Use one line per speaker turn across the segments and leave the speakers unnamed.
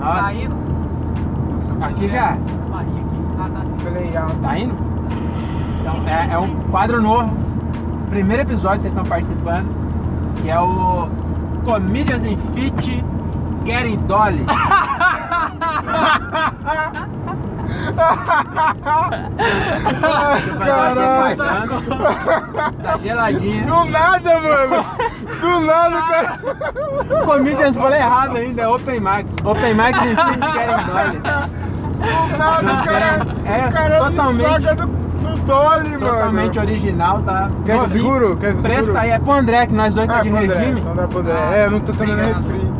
Nossa.
Tá indo?
Aqui já.
Bahia aqui. Ah, tá sim.
Falei, ó, tá indo? Então, é, é um quadro novo. Primeiro episódio que vocês estão participando. Que é o Comedians in Fit Getting Dolly.
Saco.
Caralho! Tá geladinha.
Do nada, mano! Do nada, cara!
Comedians falei errado ainda, é Open Max. Open Max em Fit Getting Dolly.
Do nada, o cara!
É,
o cara
totalmente-
me saca do, do Dolly,
Totalmente
mano!
original, tá?
Quer que eu seguro? Quer que eu
Presta
seguro?
aí, é pro André, que nós dois tá
Ah,
de
pro André,
regime. Ah,
Então dá pro André. É, eu não tô tomando
Obrigado.
refri.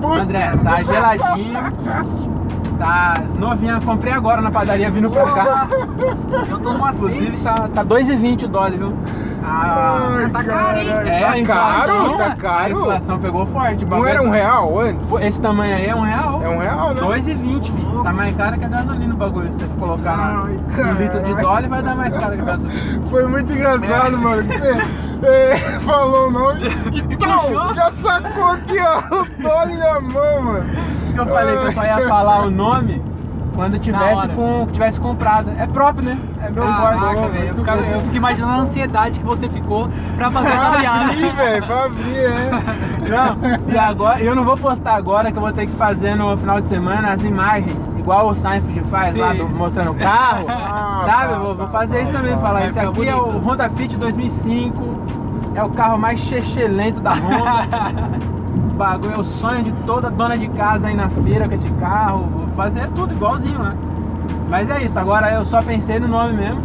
Puta.
André, tá geladinho. Tá novinha, comprei agora na padaria vindo pra cá.
Eu tô numa
Inclusive
sede.
tá, tá 2,20 o dólar, viu? Ah,
Ai,
tá
caralho,
carinho.
é, a
tá caro,
inflação-
tá
A
caro.
inflação pegou forte. o
Não
bagulho- é
era um real antes?
Pô, Esse tamanho aí é um real.
É um real, né?
2,20, filho. Tá mais caro que a gasolina o bagulho. Se você colocar
Ai,
um litro de
caralho.
dólar, vai dar mais caro que a gasolina.
Foi muito engraçado, mano. que Você é, falou o nome e tal,
puxou.
já sacou aqui, ó, o Dolly na mão, mano.
Por isso que eu falei que eu só ia falar o nome quando tivesse,
hora. Ah,
com, tivesse comprado. É próprio, né? É meu
Caraca,
bordo.
velho. Eu,
Muito
ficava-
bom.
eu fico imaginando a ansiedade que você ficou pra fazer essa
Pra abrir,
piada.
velho, pra abrir, é.
Não, e agora eu não vou postar agora que eu vou ter que fazer no final de semana as imagens, igual o Seinfeld faz
Sim.
lá do- mostrando o carro.
Ah,
sabe?
tá,
Eu vou, vou
tá,
fazer
tá,
isso também,
tá.
falar.
Vai
Esse
ficar
aqui é o
bonito.
Honda Fit 2005, é o carro mais chechelento da Honda. O bagulho é o sonho de toda dona de casa aí na feira com esse carro. Vou fazer tudo igualzinho, né? Mas é isso, agora eu só pensei no nome mesmo.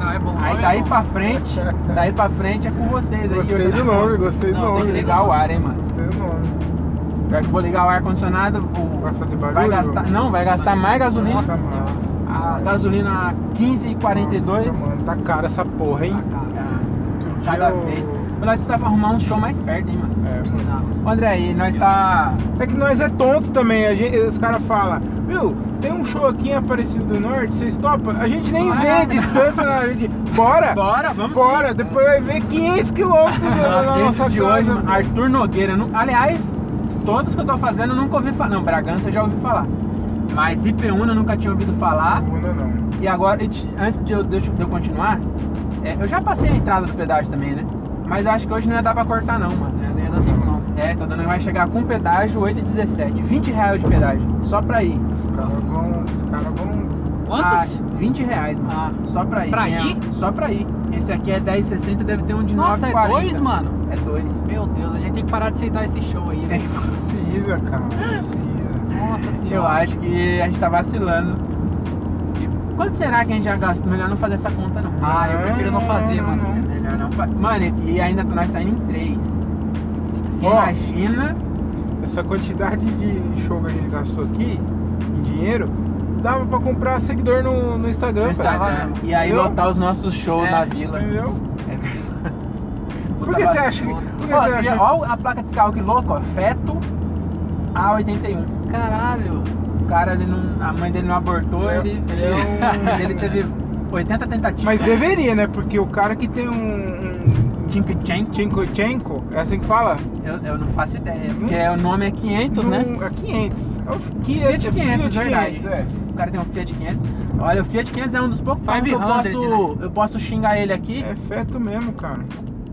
Não, é bom.
Aí
não é
daí
bom.
pra frente, daí pra frente é com vocês aí.
Gostei do nome, gostei do
Não,
Vou
tem que
nome.
ser-
ligar o ar, hein, mano.
Gostei do nome.
Pior que vou ligar o ar-condicionado, vou-
Vai fazer barulho?
vai gastar. Não, vai gastar mais gasolina.
Nossa
Nossa,
senhora.
A gasolina 15,42.
Nossa, mano, tá cara essa porra, hein?
Ah,
É,
Tá, Cada
eu-
vez. Mas nós precisava arrumar um show mais perto, hein, mano.
É,
Ô, André, e nós tá.
É que nós é tonto também, a gente- os caras falam, viu, tem um show aqui em Aparecido do Norte, vocês topam? A gente nem vê a distância, né? a gente, bora,
Bora, vamos
bora, depois vai ver 500 quilômetros na na
sim.
nossa
Esse de hoje,
casa.
mano, Arthur Nogueira. não- Aliás, todos que eu tô fazendo eu nunca ouvi falar. Não, Bragança eu já ouvi falar. Mas Ipeúna eu nunca tinha ouvido falar.
Segunda não.
E agora, antes antes de eu, deixa- de eu continuar, é, eu já passei a entrada do pedágio também, né? Mas eu acho que hoje não ia dar pra cortar, não, mano.
É, não ia dar tempo não.
É, tá dando vai chegar com pedágio 8,17. 20 reais de pedágio, só pra ir.
Os caras
Nossa.
vão, os caras vão...
Quantos?
Ah, 20 reais, mano.
Ah.
Só pra ir.
Pra
né?
ir?
Só pra ir. Esse aqui é 10,60, deve ter um de 9,40.
Nossa, é dois, mano?
É dois.
Meu Deus, a gente tem que parar de aceitar esse show aí, velho.
Precisa, cara, precisa.
Nossa senhora.
Eu acho que a gente tá vacilando. E Quanto será que a gente já gastou? Melhor não fazer essa conta, não.
Ah, eu prefiro não fazer,
Não,
mano.
É melhor não fa- Mano, e ainda tá nós saindo em três. Você
Ó.
imagina...
Essa quantidade de show que a gente gastou aqui, em dinheiro, dava pra comprar seguidor no, no Instagram,
no
cara.
Instagram. E aí
Entendeu?
lotar os nossos shows
É.
na vila.
Entendeu?
Puta
Por que você
vacilo.
acha que... Por que
É. Ó,
você
e
acha
ó a placa desse carro que louco, ó. Feto A81.
Caralho.
O cara, ele não, a mãe dele não abortou,
É.
ele, ele,
É um-
ele teve 80 tentativas.
Mas deveria, né? Porque o cara que tem um.
Timkchenko,
Tinkochenko, é assim que fala?
eu, eu não faço ideia.
Hum?
Porque o nome é 500,
Num-
né?
É 500. É o
Fiat
é
500,
Fiat
verdade.
500, é.
O cara tem um Fiat 500. Olha, o Fiat 500 é um dos poucos carros que eu
500,
posso, eu posso xingar ele aqui
né? É feto mesmo, cara.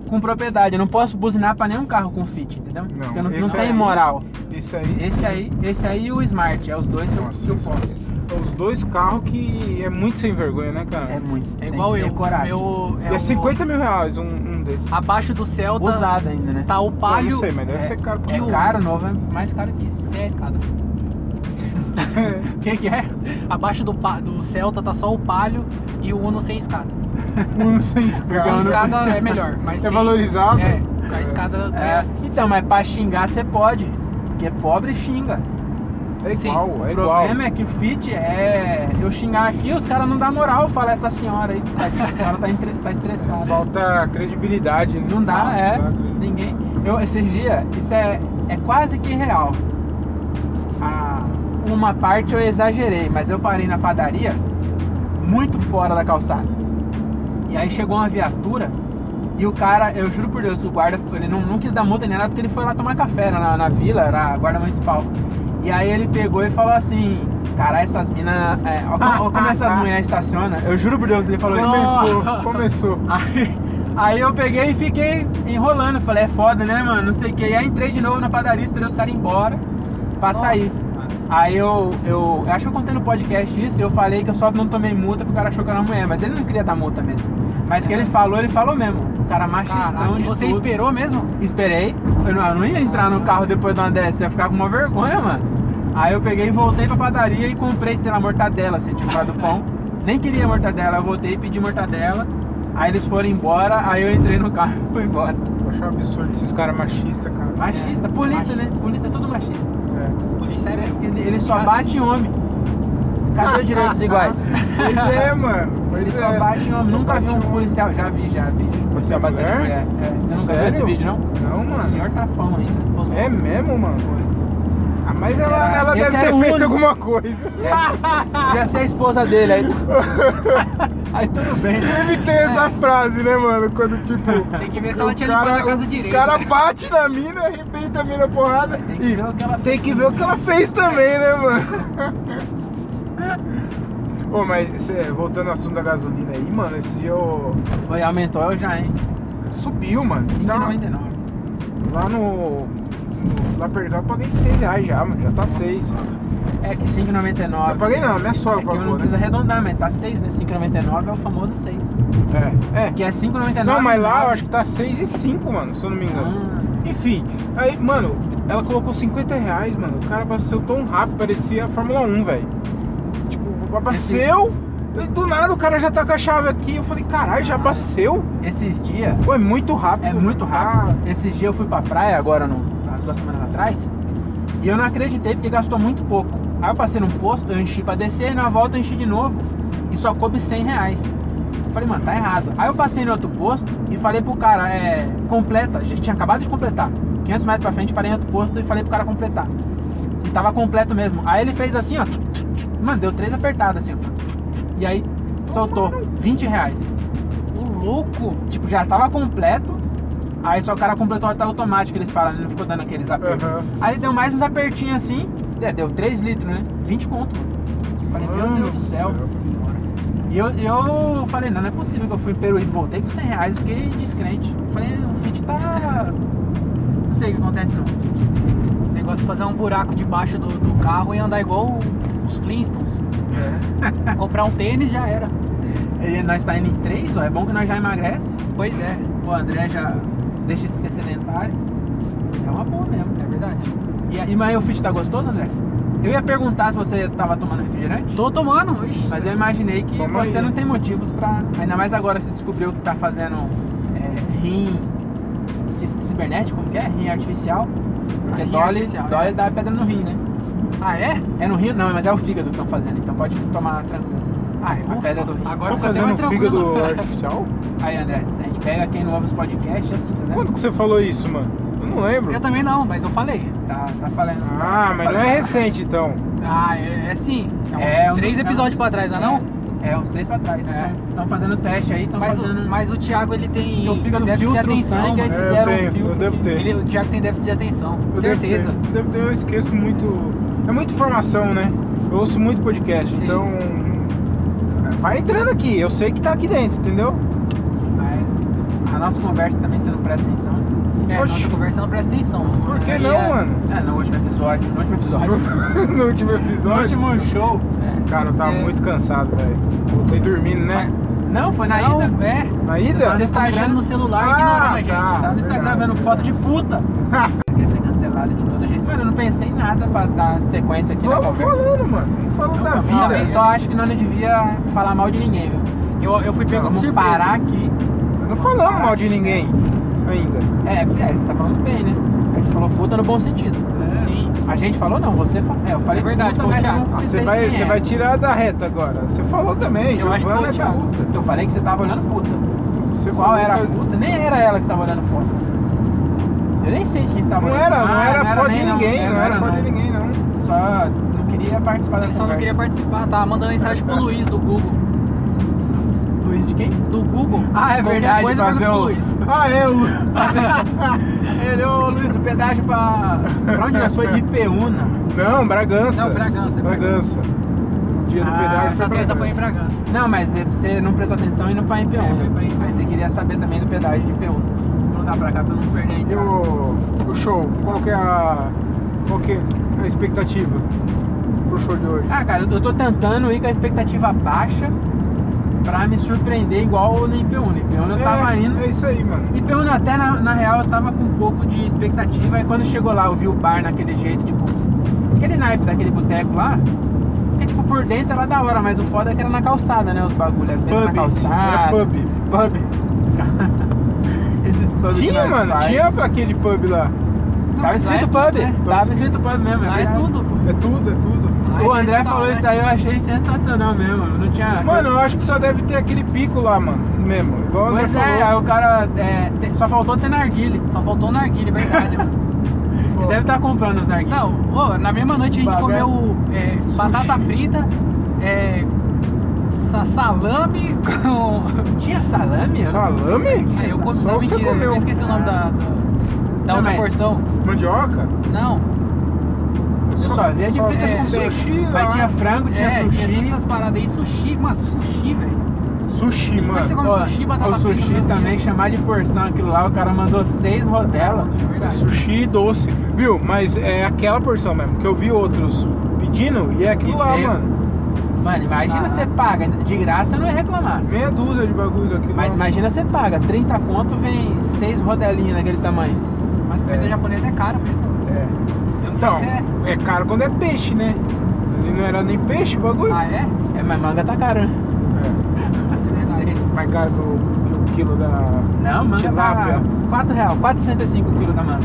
com propriedade. Eu não posso buzinar pra nenhum carro com Fit, entendeu? Porque eu não, não
esse
tem
aí-
moral.
Isso aí.
Esse aí, esse aí e o Smart, é os dois que eu, que
Nossa,
eu
isso
posso.
é os dois carros que é muito sem vergonha, né, cara?
É um muito.
É
tem
igual
que ter
eu.
Coragem.
Meu,
E
o-
é 50 mil reais um, um desses.
Abaixo do Celta
Usado ainda, né?
tá o
Eu
Palio.
não sei, mas deve
é-
ser caro pra
É
E o-
caro, novo é mais caro que isso.
Sem a escada.
O que, que é?
Abaixo do, pa- do Celta tá só o Palio e o Uno sem escada.
um sem
Com
escada.
escada é melhor, mas
É
sem-
valorizado?
É, com a escada
É, Então, mas pra xingar você pode. Porque pobre xinga.
É igual, é
o
igual.
problema é que o fit é. Eu xingar aqui, os caras não dá moral falar essa senhora aí. Tadinha, a senhora tá, entre- tá estressada.
Falta credibilidade. né?
Não dá, é.
Falta-
Ninguém. Eu, esses dias, isso é, é quase que real. A- uma parte eu exagerei, mas eu parei na padaria, muito fora da calçada. E aí chegou uma viatura e o cara, eu juro por Deus, o guarda, ele não, não quis dar multa nem nada porque ele foi lá tomar café na, na vila, na guarda municipal. E aí ele pegou e falou assim: Caralho, essas minas. É, ó, ó, ó como essas mulheres estacionam. Eu juro por Deus, ele falou isso.
Começou, começou.
Aí, aí eu peguei e fiquei enrolando. Falei, é foda, né, mano? Não sei o que. E aí entrei de novo na padaria, esperei os caras ir embora pra
Nossa,
sair.
mano.
Aí eu, eu, eu acho que eu contei no podcast isso, eu falei que eu só não tomei multa porque o cara achou que eu era mulher, mas ele não queria dar multa mesmo. Mas que ele falou, ele falou mesmo. O cara machistão
Caraca,
de
você
tudo.
esperou mesmo?
Esperei. Eu não, eu não ia entrar no carro depois de uma dessa, ia ficar com uma vergonha, mano. Aí eu peguei e voltei pra padaria e comprei, sei lá, mortadela, assim, tinha comprado pão. Nem queria mortadela, eu voltei e pedi mortadela. Aí eles foram embora, aí eu entrei no carro e fui embora.
Eu acho um absurdo esses caras machistas, cara.
Machista, polícia, né? Polícia é tudo machista.
É.
Polícia é
Ele, ele só bate em homem. Cadê os direitos iguais?
Pois é, mano. Pois
Ele
é.
só bate em homem.
Só
Nunca
bate
vi um
em homem.
policial. Já vi, já vi.
Policial
batendo em mulher. É,
mulher?
você nunca viu
Sério?
esse vídeo, não?
Não,
O
mano.
senhor tá pão ainda.
É mesmo, mano? Ah, mas ela,
Será?
ela
Esse
deve
era
ter
o
feito
único.
alguma coisa.
Devia ser a esposa dele aí. aí tudo bem. né?
Deve ter
É.
essa frase, né, mano? Quando, tipo...
Tem que ver se
o
ela tinha
cara-
limpado a casa
o
direito.
cara bate na mina, arrebenta a mina porrada
Tem que
e...
ver o que ela
Tem que ver o que ela fez também, né, mano? Ô, mas cê, voltando ao assunto da gasolina aí, mano, esse dia eu...
Foi, aumentou eu já, hein?
subiu, mano. Então,
5,99.
lá no. no- Lá perto eu paguei 6 reais já, mano. Já tá 6.
É que 5,99.
Eu paguei não, minha sogra
É que eu não
pagou.
quis
Né?
arredondar, mas tá 6, né? 5,99 é o famoso 6.
É, é.
Que é 5,99.
Não, mas lá eu acho que tá 6 e 5, mano, se eu não me engano.
Ah,
Enfim, aí, mano, ela colocou 50 reais, mano. O cara abasteceu tão rápido, parecia a Fórmula 1, velho. Tipo, abasteceu, e do nada o cara já tá com a chave aqui. Eu falei, caralho, já abasteceu?
esses dias.
Pô, é muito rápido. Ah,
É muito rápido. Esses dias eu fui pra praia, agora, no, há duas semanas atrás, e eu não acreditei porque gastou muito pouco. Aí eu passei num posto, eu enchi pra descer, e na volta eu enchi de novo, e só coube 100 reais. Eu Falei, mano, tá errado. Aí eu passei no outro posto e falei pro cara, é, completa, já tinha acabado de completar. 500 metros pra frente, parei em outro posto e falei pro cara completar. E tava completo mesmo. Aí ele fez assim, ó, mano, deu três apertadas assim, ó. E aí soltou 20 reais.
O louco.
Tipo, já tava completo. Aí só o cara completou até automático, eles falam, ele não ficou dando aqueles apertos.
Aham.
Aí deu mais uns apertinhos assim, é, deu 3 litros, né? 20 conto. mano. Falei, meu
Mano
Deus
do
do céu.
céu.
E eu, eu falei, não, não é possível que eu fui em Peruíbe, voltei com 100 reais, fiquei descrente. Falei, o fit tá. Não sei o que acontece não.
O negócio é fazer um buraco debaixo do, do carro e andar igual o- os Flintstones.
É.
Comprar um tênis já era.
E nós tá indo em 3, ó, é bom que nós já emagrece.
Pois é,
O André já deixa de ser sedentário. É uma boa mesmo.
é verdade.
E aí, mas o fit tá gostoso, André? Eu ia perguntar se você tava tomando refrigerante,
Tô tomando. Ixi,
mas eu imaginei que
Toma
você
aí.
não tem motivos pra. Ainda mais agora que você descobriu que tá fazendo é, rim ci- cibernético, como que é? Rim artificial. Porque
rim
dói,
artificial,
dói
é.
dá pedra no rim, né?
Ah, é?
É no rim? Não, mas é o fígado que estão fazendo, então pode tomar tranquilo.
Ah,
A pedra do rim.
Agora
Tá
ficou até mais
fazendo fígado
tranquilo.
artificial?
Aí, André, a gente pega quem não ouve os podcasts assim, tá vendo?
Quando que você falou isso, mano? Eu não lembro.
Eu também não, mas eu falei.
Tá, tá falando.
Ah, mas não é recente então.
Ah, é, é sim. É, uns
É, um dos-
três
é um
episódios
dos-
pra trás, não é não?
É, uns três pra trás.
É.
Estão fazendo teste aí, estão
Mas,
fazendo.
o, mas o Thiago, ele tem
Então fica no
déficit de
filtro,
atenção,
sangue,
mano.
aí
É,
fizeram
eu tenho,
um filtro.
eu devo ter.
Ele- o Thiago tem déficit de atenção,
Eu
certeza.
devo ter. Eu, devo ter, eu esqueço muito. É muita informação, né? Eu ouço muito podcast,
Sim.
então. é, Vai entrando aqui, eu sei que tá aqui dentro, entendeu?
Mas a nossa conversa também, você não presta atenção.
É,
Oxi.
nossa conversa não presta atenção.
Por
Isso
que
aí
não,
é-
mano?
É, no último episódio, no último episódio.
Hum. no último
No
episódio. É.
último show.
Cara, eu tava
Você-
muito cansado, velho. Voltei dormindo, né?
Não, foi na
Não,
ida.
é.
Na ida?
Vocês estão
Instagram.
mexendo no celular e
Ah,
ignorando a gente.
tá.
Tá no Instagram
verdade.
vendo foto de puta. Quer ser cancelado de todo jeito. Mano, eu não pensei em nada pra dar sequência aqui na
Vamos
conversa.
falando, mano. Vamos falando da
Não, eu
vida.
só acho que nós não devia falar mal de ninguém, viu?
Eu, eu fui pego de
Vamos
surpresa.
parar aqui.
Não falamos mal de ninguém ainda.
É, é, tá falando bem, né? A gente falou puta no bom sentido.
É.
Sim.
A gente falou não, você falou. É, eu falei
É verdade,
puta,
foi o
mas eu
Thiago.
não
Ah, Você
citei
vai,
quem
você
é.
vai tirar da reta agora. Você falou também,
Eu acho que
Giovana
foi o Thiago.
é puta.
Eu falei que você tava olhando puta.
Você
Qual
falou
era a
que-
puta? Nem era ela que estava olhando foto. Eu nem sei de quem estava
Não
olhando
era, não
Ah,
era fã de
nem,
ninguém,
É,
não era fã de ninguém, não.
Você Só não queria participar da Ah.
Ele só não queria participar, tá? Mandando mensagem pro Luiz do Google.
Luiz De quem?
Do Google.
Ah, é
qualquer
verdade,
Coisa,
pra
pergunta
ver
pro
o-
Luiz.
Ah, é, o...
Ele, ô Luiz, o pedágio pra. Pra onde nós foi? Ipeúna.
Não, Bragança.
Não, Bragança,
Bragança. O dia do
é Ah,
pedágio
Essa
foi
treta
Bragança.
foi em Bragança.
Não, mas é, você não prestou atenção e não pra Ipeúna.
É, foi pra Ipeúna.
Mas você queria saber também do pedágio de Ipeúna. Vou colocar pra cá pra eu não perder então. a
E
entrada.
o, o show? Qual que é a... Qual que é a expectativa pro show de hoje?
Ah, cara, eu tô tentando ir com a expectativa baixa pra me surpreender igual no Ipeúna. Ipeúna eu tava
é,
indo.
É isso aí, mano.
Ipeúna até na, na real eu tava com um pouco de expectativa. E quando chegou lá eu vi o bar naquele jeito, tipo, aquele naipe daquele boteco lá. Porque, tipo, por dentro era da hora, mas o foda é que era na calçada, né? Os bagulhos, as mesmas na
Pub. Era
calçada.
pub.
pub. Esses pub que
Tinha,
nós
mano.
faz.
Tinha pra aquele pub lá.
Tava Tá escrito
Lá é
pub,
tudo, né?
tava escrito pub mesmo. é
Lá é
verdade.
tudo. pô.
É tudo, é tudo.
Lá é
O André falou
restaurante.
isso aí, eu achei sensacional mesmo. eu Não tinha.
Mano, eu acho que só deve ter aquele pico lá, mano. Mesmo. Igual o André
Pois
falou.
é, aí o cara é, te- só faltou ter narguile.
Só faltou o narguilha, é verdade. mano.
Ele deve estar comprando os narguile.
Não, ô, na mesma noite a gente
Bagulho.
comeu é, batata frita, é, sa- salame com.
Tinha salame? Eu não-
Salame?
Ah, eu comi.
Só
não,
você
mentira,
comeu. Ah.
eu esqueci o nome da, da, da
Não,
outra
mas-
porção.
Mandioca?
Não,
Eu só via de
só-
fritas
é,
com bacon.
sushi lá.
Mas tinha frango, tinha
é,
sushi.
tinha todas essas paradas aí. Sushi, mano, sushi, velho.
Sushi,
Como é que você
mano.
come
Ó,
sushi, batata
o
frita? né?
sushi
no mesmo
também,
dia?
chamar de porção aquilo lá, o cara mandou seis rodelas.
É verdade.
Sushi doce. Viu? Mas é aquela porção mesmo. Que eu vi outros pedindo e é aquilo
E
lá,
veio.
mano.
Mano, imagina
Ah.
você paga, de graça eu não ia reclamar.
Meia dúzia de bagulho daquilo
Mas
lá.
imagina você paga, 30 conto vem seis rodelinhas daquele tamanho.
Mas comida
É.
japonesa é cara mesmo.
É.
sei
Então,
se
é... caro quando é peixe, né? Ele não era nem peixe o bagulho.
Ah, é?
É, mas manga tá caro, né?
É.
Isso é verdade.
Mais caro que o, que o quilo da.
Não, manga
Tilápia.
tá 4 real, 4,65 o quilo da manga.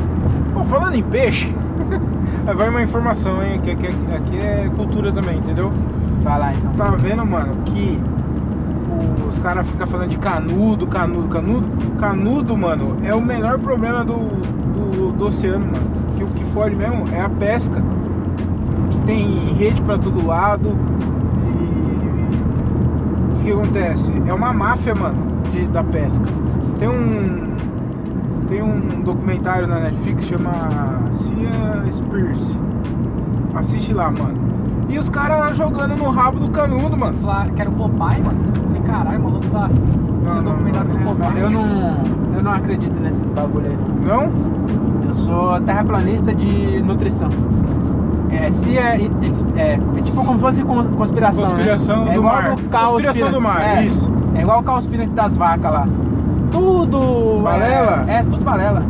Bom, falando em peixe, aí vai uma informação, hein? Que aqui, aqui- aqui é cultura também, entendeu?
Vai lá então.
Tá vendo, mano, que os caras ficam falando de canudo, canudo, canudo. Canudo, mano, é o menor problema do, do, do oceano, mano. Que o que fode mesmo é a pesca. Que tem rede pra todo lado. E o que acontece? É uma máfia, mano, de, da pesca. Tem um. Tem um documentário na Netflix que chama Sea Spears. Assiste lá, mano. E os caras jogando no rabo do canudo, mano.
Falar que era o Popeye, mano. Falei, caralho, o maluco tá sendo
não,
documentado com o Popeye.
Eu não, eu não acredito nesses bagulho aí. não.
Não?
Eu sou terraplanista de nutrição. É, se é, é, é, é tipo como se fosse cons- conspiração. né?
Conspiração
é
do
igual
mar.
ao Caos
Conspiração do mar,
é,
isso.
É igual o Calspirance das vacas lá. Tudo.
Balela?
É, é, tudo balela.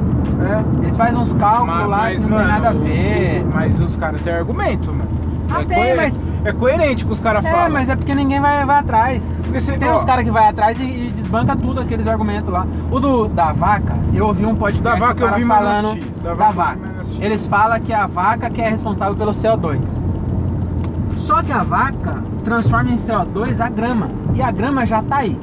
É.
Eles fazem uns cálculos lá que não tem nada a
o-
ver.
Mas os caras têm argumento, mano.
Ah,
é
tem,
coerente-
mas-
É coerente com os caras falam.
É, mas é porque ninguém vai, vai atrás.
Porque você-
Tem
ó,
uns caras que vai atrás e, e desbanca tudo aqueles argumentos lá. O do, da vaca, eu ouvi um podcast
Da vaca
do
eu
cara
vi, mas não
falando
assisti.
da,
Da vaca eu vi,
vaca.
mas não assisti.
Eles falam que a vaca que é responsável pelo CO2. Só que a vaca transforma em CO2 a grama. E a grama já tá aí.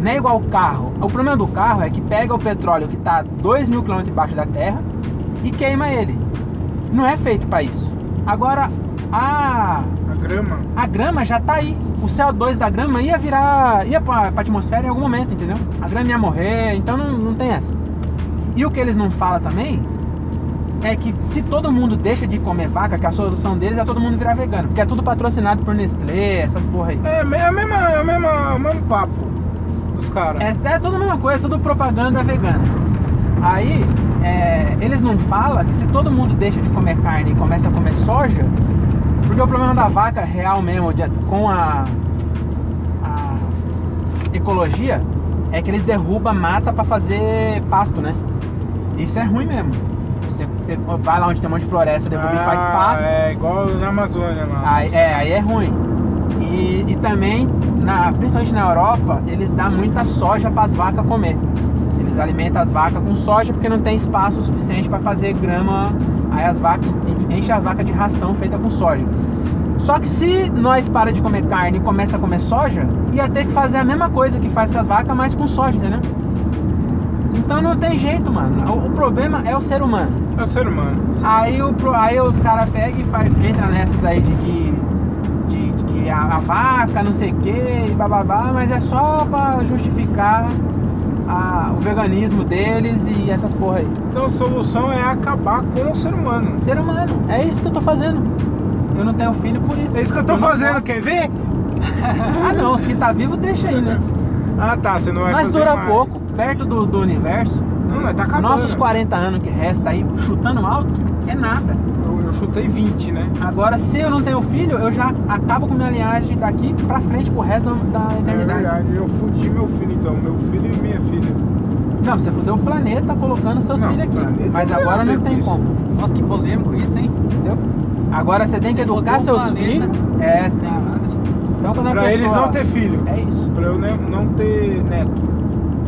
Não é igual o carro. O problema do carro é que pega o petróleo que tá a 2 mil quilômetros debaixo da terra e queima ele. Não é feito para isso. Agora, a
A grama.
a grama já tá aí. O CO2 da grama ia virar. ia pra, pra atmosfera em algum momento, entendeu? A grama ia morrer, então não, não tem essa. E o que eles não falam também é que se todo mundo deixa de comer vaca, que a solução deles é todo mundo virar vegano. Porque é tudo patrocinado por Nestlé, essas porra aí.
É, me- é a mesma, é a mesma, é o mesmo papo dos caras.
É, é tudo a mesma coisa, tudo propaganda vegana. Aí, é, eles não falam que se todo mundo deixa de comer carne e começa a comer soja, porque o problema da vaca real mesmo, de- com a, a ecologia, é que eles derrubam mata pra fazer pasto, né? Isso é ruim mesmo. Você, você vai lá onde tem um monte de floresta, derruba e faz
Ah,
pasto.
É igual na Amazônia lá.
Aí, é, aí é ruim. E, e também, na- principalmente na Europa, eles dão muita soja para as vacas comer. Eles alimentam as vacas com soja porque não tem espaço suficiente para fazer grama. Aí as vacas enchem a vaca de ração feita com soja. Só que se nós para de comer carne e começa a comer soja, ia ter que fazer a mesma coisa que faz com as vacas, mas com soja, entendeu? Então não tem jeito, mano. O- o problema é o ser humano.
É o ser humano.
Aí, o, pro- aí os caras pegam e faz, entra nessas aí de que, de, de que que a, a vaca, não sei o que, bababá, mas é só pra justificar a- o veganismo deles e essas porra aí.
Então a solução é acabar com o ser humano.
Ser humano, é isso que eu tô fazendo. Eu não tenho filho por isso.
É isso que eu tô
não
fazendo,
posso.
quer ver?
Ah não, os que tá vivo deixa aí, né?
Ah tá, você não vai
Mas
fazer
dura
mais.
pouco, perto do, do universo,
Não, mas tá acabando.
nossos 40 anos que resta aí, chutando alto, é nada.
Eu, eu chutei 20, né?
Agora, se eu não tenho filho, eu já acabo com minha linhagem daqui pra frente pro resto da da
É
eternidade.
verdade. Eu fudi meu filho então, meu filho e minha filha.
Não, você fudeu o planeta colocando seus
Não,
filhos aqui.
planeta
Mas
não tem
agora
nada a
não
ver
tem
com
como,
Nossa, que polêmico isso, hein?
entendeu? Agora você tem que
Você
educar
fudeu o
seus
planeta.
filhos. É, você tem que...
Caralho.
Então quando a
Pra
pessoa...
eles não ter filho.
É isso,
Pra eu ne- não ter neto.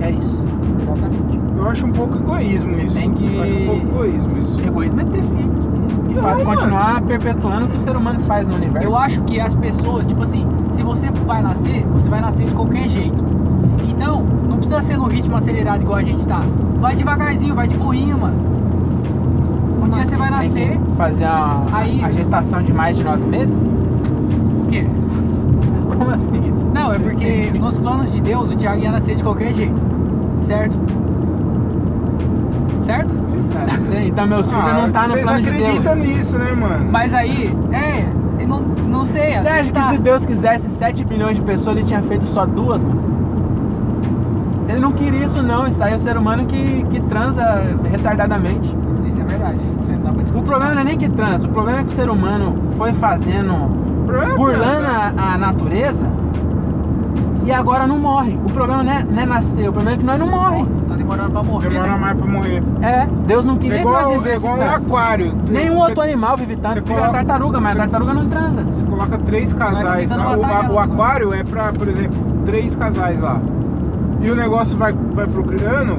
é isso. Exatamente.
Eu acho um pouco egoísmo
Você
isso.
tem que-
Eu acho um pouco egoísmo isso.
Egoísmo é ter filho. E
Não,
fa-
mano.
continuar perpetuando o que o ser humano faz no universo.
Eu acho que as pessoas, tipo assim, se você vai nascer, você vai nascer de qualquer jeito. Então, não precisa ser no ritmo acelerado igual a gente tá. Vai devagarzinho, vai de boinha, mano. Um dia você vai
Tem que
nascer,
Fazer a,
Aí-
a gestação de mais de nove meses?
o quê?
Como assim?
Não, é porque nos planos de Deus o Thiago ia nascer de qualquer jeito. Certo? Certo?
Ah, não sei. Então meus filhos não tá no
Ah, vocês
plano de Deus.
acreditam nisso, né, mano?
Mas aí, é, eu não, não sei.
Você acha que
tá.
se Deus quisesse 7 bilhões de pessoas, ele tinha feito só duas, mano? Ele não queria isso não, isso aí é o ser humano que, que transa retardadamente.
Isso é verdade. Isso não dá pra discutir.
O problema não é nem que transa, o problema é que o ser humano foi fazendo,
O problema é
burlando
Deus, né?
a, a natureza e agora não morre. O problema não é, não é nascer, o problema é que nós não morre.
Tá demorando pra morrer.
Demora
né?
mais pra morrer.
É, Deus não
É
queria que nós
igual, é igual
vivêssemos
um
tanto.
aquário.
Nenhum
Você-
outro animal vive
você
tanto, fica a
coloca-
tartaruga, mas
você-
a tartaruga não transa.
Você coloca três casais
tentando
lá. O,
matar
a- o
ela.
aquário é pra, por exemplo, três casais lá. E o negócio vai, vai procriando.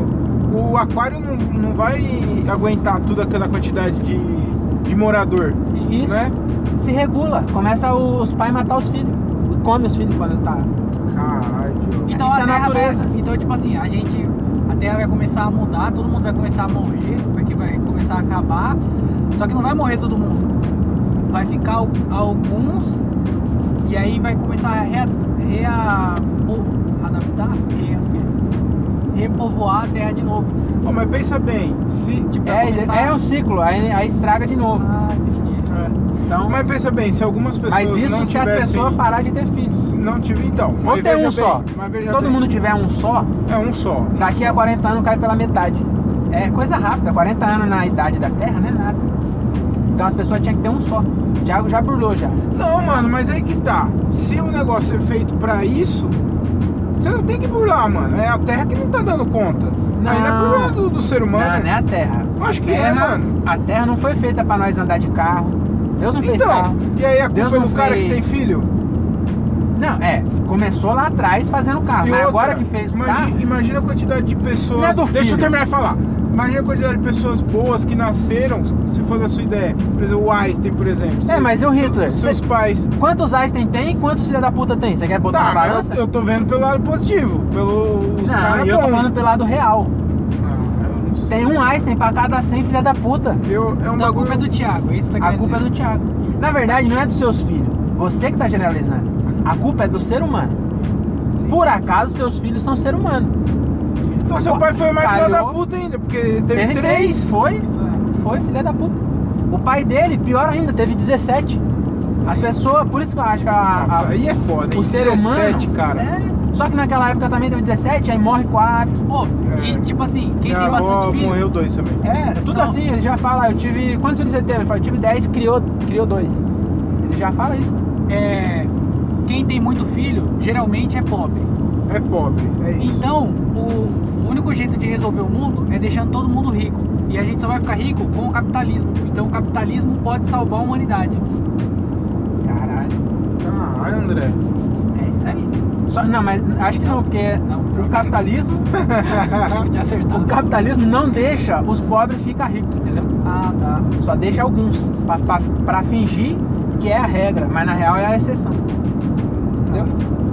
O aquário não, não vai aguentar toda aquela quantidade de, de morador.
Sim.
Isso.
Né?
se regula. Começa o- os pais matar os filhos. Come os filhos quando tá.
Caralho.
Então
Isso
a
é
Terra
natureza.
vai, Então, tipo assim, a gente. A Terra vai começar a mudar, todo mundo vai começar a morrer, porque vai começar a acabar. Só que não vai morrer todo mundo. Vai ficar al- alguns e aí vai começar a rea, rea, po- adaptar, rea, o quê? repovoar a Terra de novo.
Ó, mas pensa bem, se.
Tipo, vai
É,
começar...
é um ciclo, aí, aí estraga de novo.
Ah, entendi.
é.
Então, mas,
Mas pensa bem, se algumas pessoas
isso
não
se as
tivessem.
pessoas parar de ter filhos.
se Não tive então.
Vamos
mas
ter um
veja
só.
bem, mas
Se
veja
todo
bem.
mundo tiver um só,
É um só.
daqui a 40 anos cai pela metade. É coisa rápida, 40 anos na idade da Terra não é nada. Então as pessoas tinham que ter um só. O Thiago já burlou já.
Não, mano, mas aí que tá. Se o negócio é feito pra isso, você não tem que burlar, mano. É a terra que não tá dando conta. Aí não é
Não.
problema do, do ser humano.
Não, não é a Terra.
Acho
A
que é,
terra,
mano.
A Terra não foi feita pra nós andar de carro. Deus não fez
Então,
carro.
e aí a
Deus
culpa é
não
do cara que
fez.
tem filho?
Não, é. Começou lá atrás fazendo carro.
E
Ah, mas
outra,
agora que fez tá? o
imagina,
carro.
imagina a quantidade de pessoas.
Não é do
Deixa
filho.
eu terminar de falar. Imagina a quantidade de pessoas boas que nasceram, se for da sua ideia. Por exemplo, o Einstein, por exemplo.
É,
Se-
mas e o Hitler?
se- Seus
Cê-
pais.
Quantos Einstein tem e quantos filha da puta tem? Você quer botar
Tá,
na
mas
balança?
eu, eu tô vendo pelo lado positivo. Pelo. Os
Não,
caras
e eu tô
bons.
falando pelo lado real.
Ah, eu não sei.
Tem um Einstein pra cada 100 filha da puta.
Eu, é um
Tá,
Então a
bagulho.
culpa é do Thiago, é isso que tá
A
querendo
culpa é
dizer.
do Thiago. Na verdade, não é dos seus filhos. Você que tá generalizando. A culpa é do ser humano.
Sim.
Por acaso, seus filhos são ser humano.
Então seu
Agora,
pai foi mais filha da
calhou.
puta ainda, porque teve,
Teve três.
três.
Foi?
Isso é.
Foi filha da puta. O pai dele, pior ainda, teve 17. As pessoas, por isso que eu acho que a- a,
Nossa, aí é foda, hein?
O ser humano.
17, cara.
É. Só que naquela época também teve 17, aí morre 4.
Pô,
É.
e tipo assim, quem
Minha
tem
avó
bastante filho.
morreu dois também.
É, tudo
São-
assim, ele já fala, eu tive. Quantos filhos você teve? Ele fala, eu tive 10, criou, criou 2. Ele já fala isso.
é, quem tem muito filho geralmente é pobre.
É pobre, é isso.
Então, o único jeito de resolver o mundo é deixando todo mundo rico. E a gente só vai ficar rico com o capitalismo. Então, o capitalismo pode salvar a humanidade.
Caralho,
Caralho, André.
é isso aí. Só, não, mas acho que não, porque
Não,
o capitalismo,
eu tinha
o
acertado.
capitalismo não deixa os pobres ficar ricos, entendeu?
Ah, tá.
Só deixa alguns pra, pra, pra fingir que é a regra, mas na real é a exceção. Entendeu?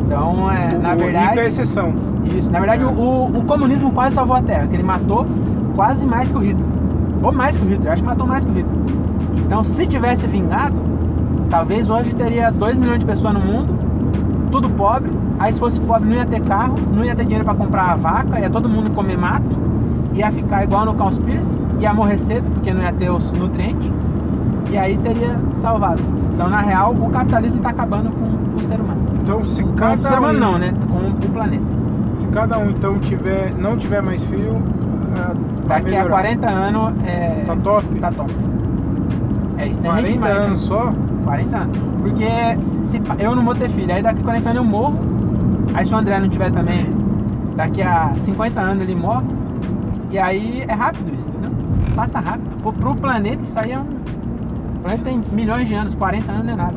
Então, é,
O-
na
o
verdade.
rico é exceção.
Isso, na verdade
É.
o, o- o comunismo quase salvou a Terra, que ele matou quase mais que o Hitler. Ou mais que o Hitler, acho que matou mais que o Hitler. Então se tivesse vingado, Talvez hoje teria 2 milhões de pessoas no mundo, tudo pobre. Aí se fosse pobre não ia ter carro, não ia ter dinheiro para comprar a vaca, ia todo mundo comer mato, ia ficar igual no Conspiracy, ia morrer cedo porque não ia ter os nutrientes. E aí teria salvado. Então, na real, o capitalismo está acabando com o ser humano.
Então, se
Com o ser
cada um,
humano não, né? Com o planeta.
se cada um então tiver, não tiver mais fio, é, tá
Daqui
melhorando.
a 40 anos é.
Tá top?
Tá top. É isso, tem gente
40
mais, né?
anos só?
40 anos. Porque se, se pa- eu não vou ter filho, aí daqui a 40 anos eu morro. Aí se o André não tiver também, daqui a 50 anos ele morre. E aí é rápido isso, entendeu? Passa rápido. Pro, pro planeta isso aí é um. O planeta tem milhões de anos, 40 anos não é nada.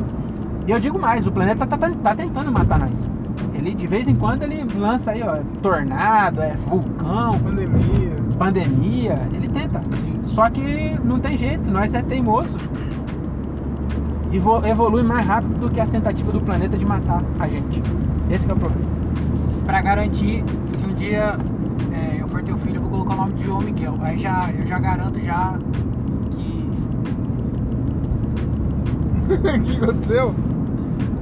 E eu digo mais, o planeta tá, tá- tá tentando matar nós. Ele de vez em quando ele lança aí, ó, tornado, é vulcão
Pandemia.
pandemia, ele tenta. Só que não tem jeito, nós é teimoso. E vo- evolui mais rápido do que as tentativas do planeta de matar a gente. Esse que é o problema.
Pra garantir, se um dia é, eu for teu filho, eu vou colocar o nome de João Miguel. Aí já, eu já garanto já que.
o que aconteceu?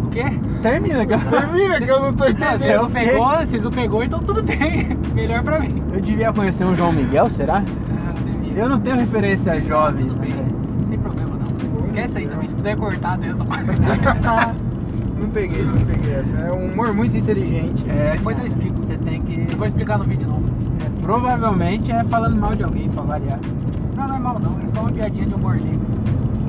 O quê?
Termina, cara.
Termina que eu não tô
Então,
entendendo.
vocês não
ok.
pegou, vocês não pegou, então tudo tem. Melhor pra mim.
Eu devia conhecer um João Miguel, será?
Ah, devia.
Eu não tenho referência a jovens.
Tudo bem.
André.
Não tem problema não. Esquece aí também, se puder cortar dessa parte.
Não peguei, não peguei essa. É um humor muito inteligente.
É,
Depois eu explico.
Você tem que.
Não vou explicar no vídeo não.
é, provavelmente é falando mal de alguém pra variar.
Não, não é mal não, era só uma piadinha de humor negro.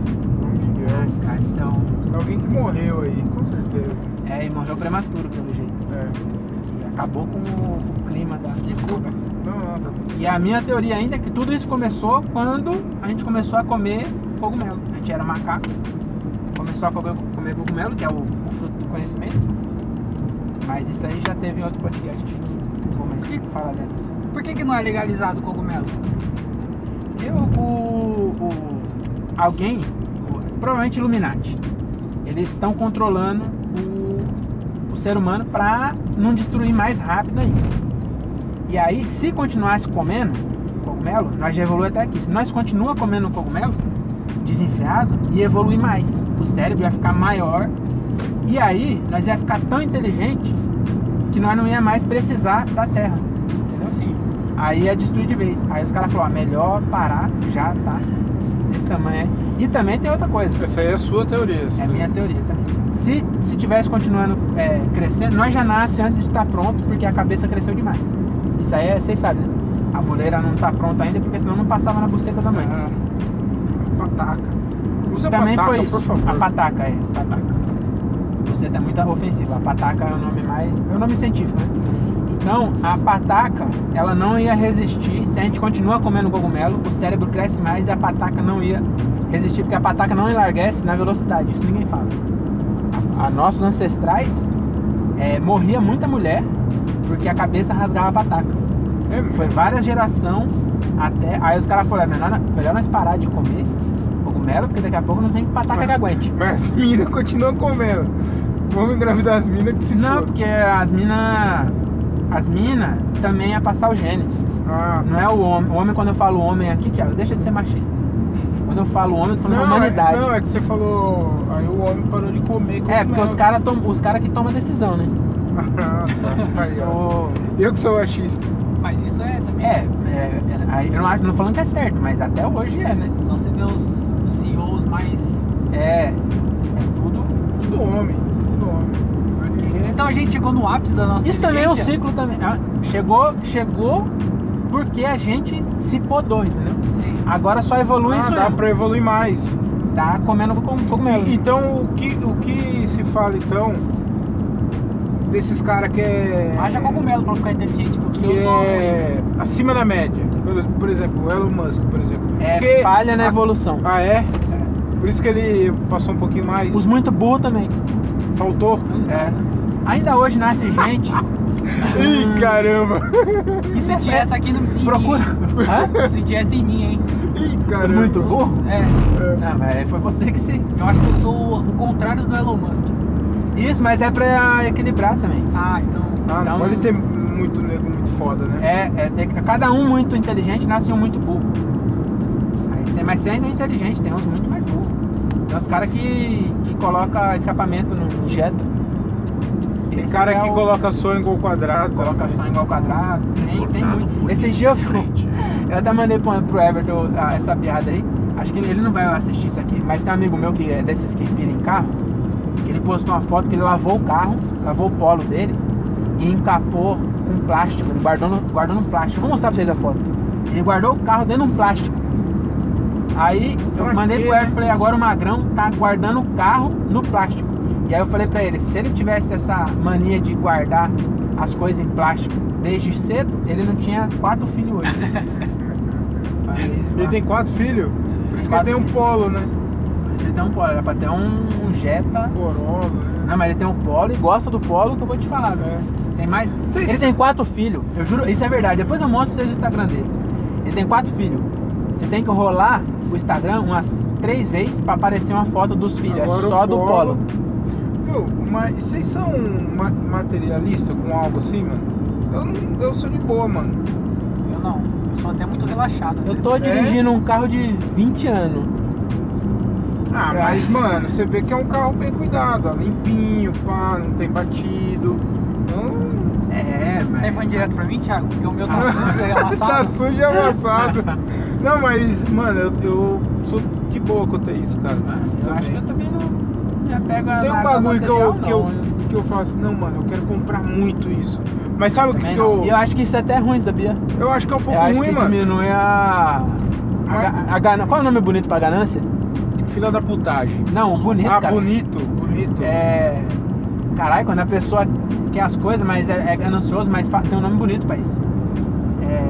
João Miguel.
cara, então.
É um Alguém que morreu aí, com certeza.
É, e morreu prematuro pelo jeito.
É.
E acabou com o, o clima da.
Desculpa.
Não, não, tá tudo
E a minha teoria ainda é que tudo isso começou quando a gente começou a comer cogumelo. A gente era macaco, começou a comer, comer cogumelo, que é o, o fruto do conhecimento. Mas isso aí já teve em outro podcast. Como é que fala dessa?
Por que, que não é legalizado o cogumelo?
Porque o, o- o- alguém, o- provavelmente Illuminati, eles estão controlando o, o ser humano para não destruir mais rápido ainda. E aí, se continuasse comendo cogumelo, nós já evoluímos até aqui. Se nós continuar comendo cogumelo desenfreado, ia evoluir mais. O cérebro ia ficar maior. E aí, nós ia ficar tão inteligente que nós não ia mais precisar da Terra. Entendeu?
Sim.
Aí é destruir de vez. Aí os caras falaram, ó, melhor parar, já tá desse tamanho. E também tem outra coisa,
Essa aí é a sua teoria.
é a minha teoria também. Se, se tivesse continuando é, crescendo, nós já nasce antes de estar pronto, porque a cabeça cresceu demais. Isso aí é, vocês sabem, né? A boleira não tá pronta ainda, porque senão não passava na buceta da mãe.
Ah,
Pataca. Usa
também
pataca,
foi isso.
por favor.
A pataca, é. Pataca. Você tá muito ofensiva. A pataca é o nome mais. É o nome científico, né? Então, a pataca, ela não ia resistir. Se a gente continua comendo cogumelo, o cérebro cresce mais e a pataca não ia resistir, porque a pataca não enlarguece na velocidade. Isso ninguém fala. A, a nossos ancestrais, eh, morria muita mulher porque a cabeça rasgava a pataca.
É, mesmo?
Foi várias gerações até. Aí os caras falaram: "É melhor, melhor nós parar de comer cogumelo, porque daqui a pouco não tem pataca que aguente.
Mas as minas continuam comendo. Vamos engravidar as minas que se
Não,
foda.
porque as minas. As minas também ia passar os genes.
Ah,
Não é o homem. O homem, quando eu falo homem aqui, Thiago, deixa de ser machista. Quando eu falo homem, eu tô falando
não,
humanidade.
É, não, é que você falou. Aí o homem parou de comer.
É, porque os caras os cara que tomam decisão, né?
Ah, tá. Aí, ó.
Sou-
Eu que sou machista.
Mas isso é também.
É, é, é, aí eu não, acho- não falando que é certo, mas até hoje é, né?
Só você ver os, os CEOs mais.
É, é tudo
Tudo homem. Tudo homem.
porque
Então a gente chegou no ápice da nossa
Isso também é um
inteligência?
ciclo também. Ah, Chegou, chegou porque a gente se podou, entendeu?
Sim.
Agora só evolui
Ah,
isso é.
dá
mesmo.
pra evoluir mais.
Tá comendo com cogumelo.
E- Então, o que, o que se fala então desses caras que é.
Haja cogumelo pra eu ficar inteligente, porque
que
eu sou.
é acima da média. Por, por exemplo, o Elon Musk, por exemplo.
É
Porque-
falha na
Ah,
evolução.
Ah, é? Por isso que ele passou um pouquinho mais.
Os muito burros também.
Faltou?
ruim.
É. Ainda hoje nasce gente. Ah.
Ih, caramba!
Isso é
Senti
fe-
essa aqui no. em
Procura.
mim.
Hã?
Eu senti essa em mim, hein?
Ih,
Os
caramba!
muito burros?
É.
Não, mas foi você que se.
Eu acho que eu sou o- o contrário do Elon Musk.
Isso, mas é pra equilibrar também.
Ah, então.
Ah,
Então-
não pode ter muito nego muito foda, né?
É, é, é- cada um muito inteligente nasce um muito burro. Aí tem- mas você ainda é inteligente, tem uns muito mais burros. Tem uns caras que, que que coloca escapamento no Jetta.
Tem
Esses
cara
é
que
o-
coloca só em gol quadrado. tá?
coloca só igual quadrado. Tem, tem
Cortado
muito.
por
Esse dia eu vi. Eu até mandei pro, pro Everton ah, essa piada aí. Acho que ele, ele não vai assistir isso aqui. Mas tem um amigo meu que é desses que pira em carro. Que ele postou uma foto que ele lavou o carro, lavou o polo dele e encapou com plástico. Ele guardou no, guardou no plástico. Vou mostrar pra vocês a foto. Ele guardou o carro dentro de um plástico. Aí eu
Pra
mandei
quê,
pro
né?
Everton e falei: agora o Magrão tá guardando o carro no plástico. E aí eu falei pra ele: se ele tivesse essa mania de guardar as coisas em plástico desde cedo, ele não tinha quatro filhos hoje. Falei isso,
Ele
mano.
tem quatro filhos. Por isso que ele
Quatro
tem um
filhos.
polo, né?
Você tem um polo, era pra ter um, um Jetta.
Corolla, né? É.
Não, mas ele tem um polo e gosta do polo que eu vou te falar, velho. Tem mais.
Vocês-
Ele tem quatro filhos, eu juro, isso é verdade. Depois eu mostro pra vocês o Instagram dele. Ele tem quatro filhos. Você tem que rolar o Instagram umas três vezes pra aparecer uma foto dos filhos.
Agora
é
o
só do polo.
polo. Meu, mas vocês são ma materialistas com algo assim, mano? Eu, não, eu sou de boa, mano.
Eu não. Eu sou até muito relaxado.
Eu
né?
É?
tô dirigindo um carro de 20 anos.
Ah,
É.
mas, mano, você vê que é um carro bem cuidado, ó, limpinho, pá, não tem batido. Não,
É, mas.
Você foi direto pra mim, Thiago? Porque o meu tá sujo e
tá
amassado.
sujo e amassado. não, mas, mano, eu, eu sou de boa quanto a isso, cara.
Ah, Eu acho que eu também não me apego a
Tem um
nada
bagulho que eu,
material,
que, eu,
não.
que eu faço, não, mano, eu quero comprar muito isso. Mas sabe o que,
Também
que
não.
eu.
E eu acho que isso é até ruim, sabia?
Eu acho que é um pouco
eu acho
ruim,
que
mano.
diminui a. a, ga- a gana- Qual é o nome bonito pra ganância?
Fila da putagem.
Não, bonito,
ah,
cara.
bonito, bonito.
É. Caralho, quando a pessoa quer as coisas, mas é, é ganancioso, mas fa- tem um nome bonito pra isso. É.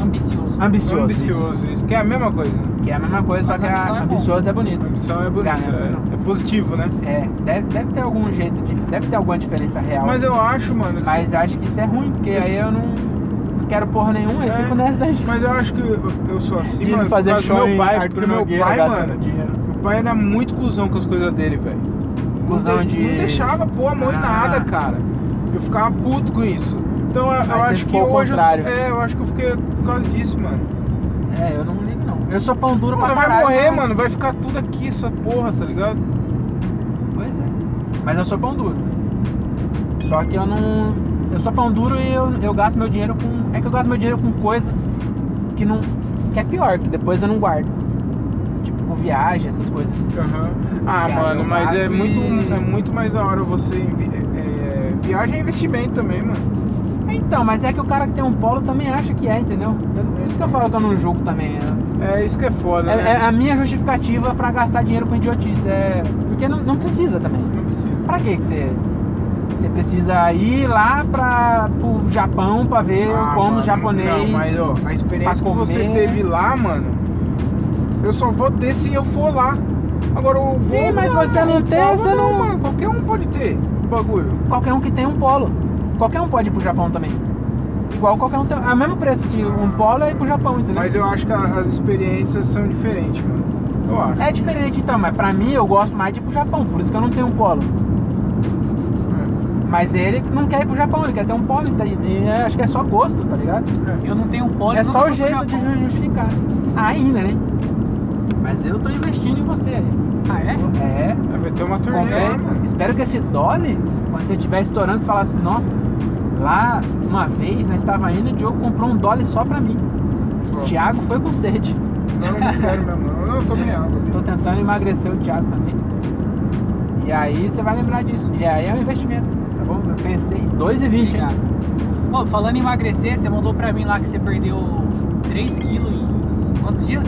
Ambicioso.
Ambicioso.
ambicioso, isso. que é a mesma coisa. né?
isso. Que é a mesma coisa,
Mas
só que
ambição
a,
é bom.
ambicioso é bonito.
Ambição é bonita,
Ganância
é,
não.
é positivo, né?
É, deve, deve ter algum jeito de. Deve ter alguma diferença real.
Mas eu acho, mano.
Mas acho que isso é ruim, porque
Isso.
aí eu não, não quero porra nenhuma, eu
É.
fico nessa da gente.
mas eu acho que eu, eu sou assim,
De
mano,
fazer
por causa
show
do
em
meu pai,
Arthur
porque meu
Nogueira
pai,
gastando
mano,
dinheiro.
meu pai era muito cuzão com as coisas dele, velho.
Cusão
não, de-
de.
não deixava pôr a mão em
Ah.
nada, cara. Eu ficava puto com isso. Então eu, eu
você
acho que
ficou ao
hoje. eu-
contrário.
é, eu acho que eu fiquei por causa disso, mano.
É, eu não ligo não. Eu sou pão duro
Mano,
pra
vai
caralho.
morrer,
mas-
mano. Vai ficar tudo aqui, essa porra, tá ligado?
Pois é. Mas eu sou pão duro. Só que eu não. Eu sou pão duro e eu, eu gasto meu dinheiro com. É que eu gasto meu dinheiro com coisas que não. que é pior, que depois eu não guardo. Tipo, com viagem, essas coisas assim.
Aham. Ah,
Cara,
mano,
eu
mas é
acho
muito,
que-
é muito mais da hora você. invi- é, é, viagem é investimento também, mano.
Então, mas é que o cara que tem um polo também acha que é, entendeu? Eu, por isso que eu falo que eu não julgo também. né?
É isso que é foda,
É,
né?
é a minha justificativa pra gastar dinheiro com idiotice. É. Porque não, não precisa também.
Não precisa.
Pra que que você. Você precisa ir lá pra, pro Japão pra ver
Ah,
como
mano,
os um japonês.
Não, mas ó, a experiência
pra
que você
comer.
teve lá, mano, eu só vou ter se eu for lá. Agora o.
Sim,
voo, é
mas
mano,
você não tem,
tava
você não-
mano. Qualquer um pode ter o bagulho.
qualquer um que tem um polo. Qualquer um pode ir pro Japão também. Igual qualquer um tem. É o mesmo preço de um polo é ir pro Japão, entendeu?
Mas eu acho que a- as experiências são diferentes, mano. Eu acho.
É diferente então, mas pra mim eu gosto mais de ir pro Japão, por isso que eu não tenho um polo. É.
né?
Mas ele não quer ir pro Japão, ele quer ter um polo. tá? E- e é- acho que é só gostos, tá ligado?
Eu não tenho polo.
é
nunca fui
só o
pro
jeito
Japão.
de ju- justificar. Ainda, né? Mas eu tô investindo em você aí.
Ah, é?
É,
É, vai ter uma turnê
comprei.
lá, mano.
Espero que esse Dolly, quando você estiver estourando, fale assim, nossa, lá uma vez nós estava indo e o Diogo comprou um Dolly só pra mim.
Só.
O Thiago foi com sede.
Não, não quero mesmo. não. Não, eu tomei água.
Tô tentando emagrecer o Thiago também. E aí você vai lembrar disso. E aí é um investimento, tá bom? Eu pensei 2,20, hein?
Obrigado. Ô, falando em emagrecer, você mandou pra mim lá que você perdeu 3 quilos em quantos dias?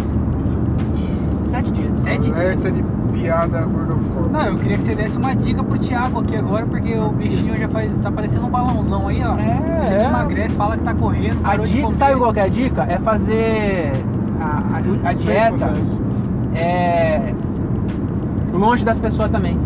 7 dias.
7 dias.
Alerta de piada gordofóbica.
Não, eu queria que você desse uma dica pro Thiago aqui agora, porque o bichinho já faz. tá parecendo um balãozão aí, ó.
É,
Ele
é.
emagrece, fala que tá correndo,
A
parou de
dica,
comer.
sabe qual que é a dica? É fazer a, a- a
Não sei
dieta
quanto é isso.
é, longe das pessoas também.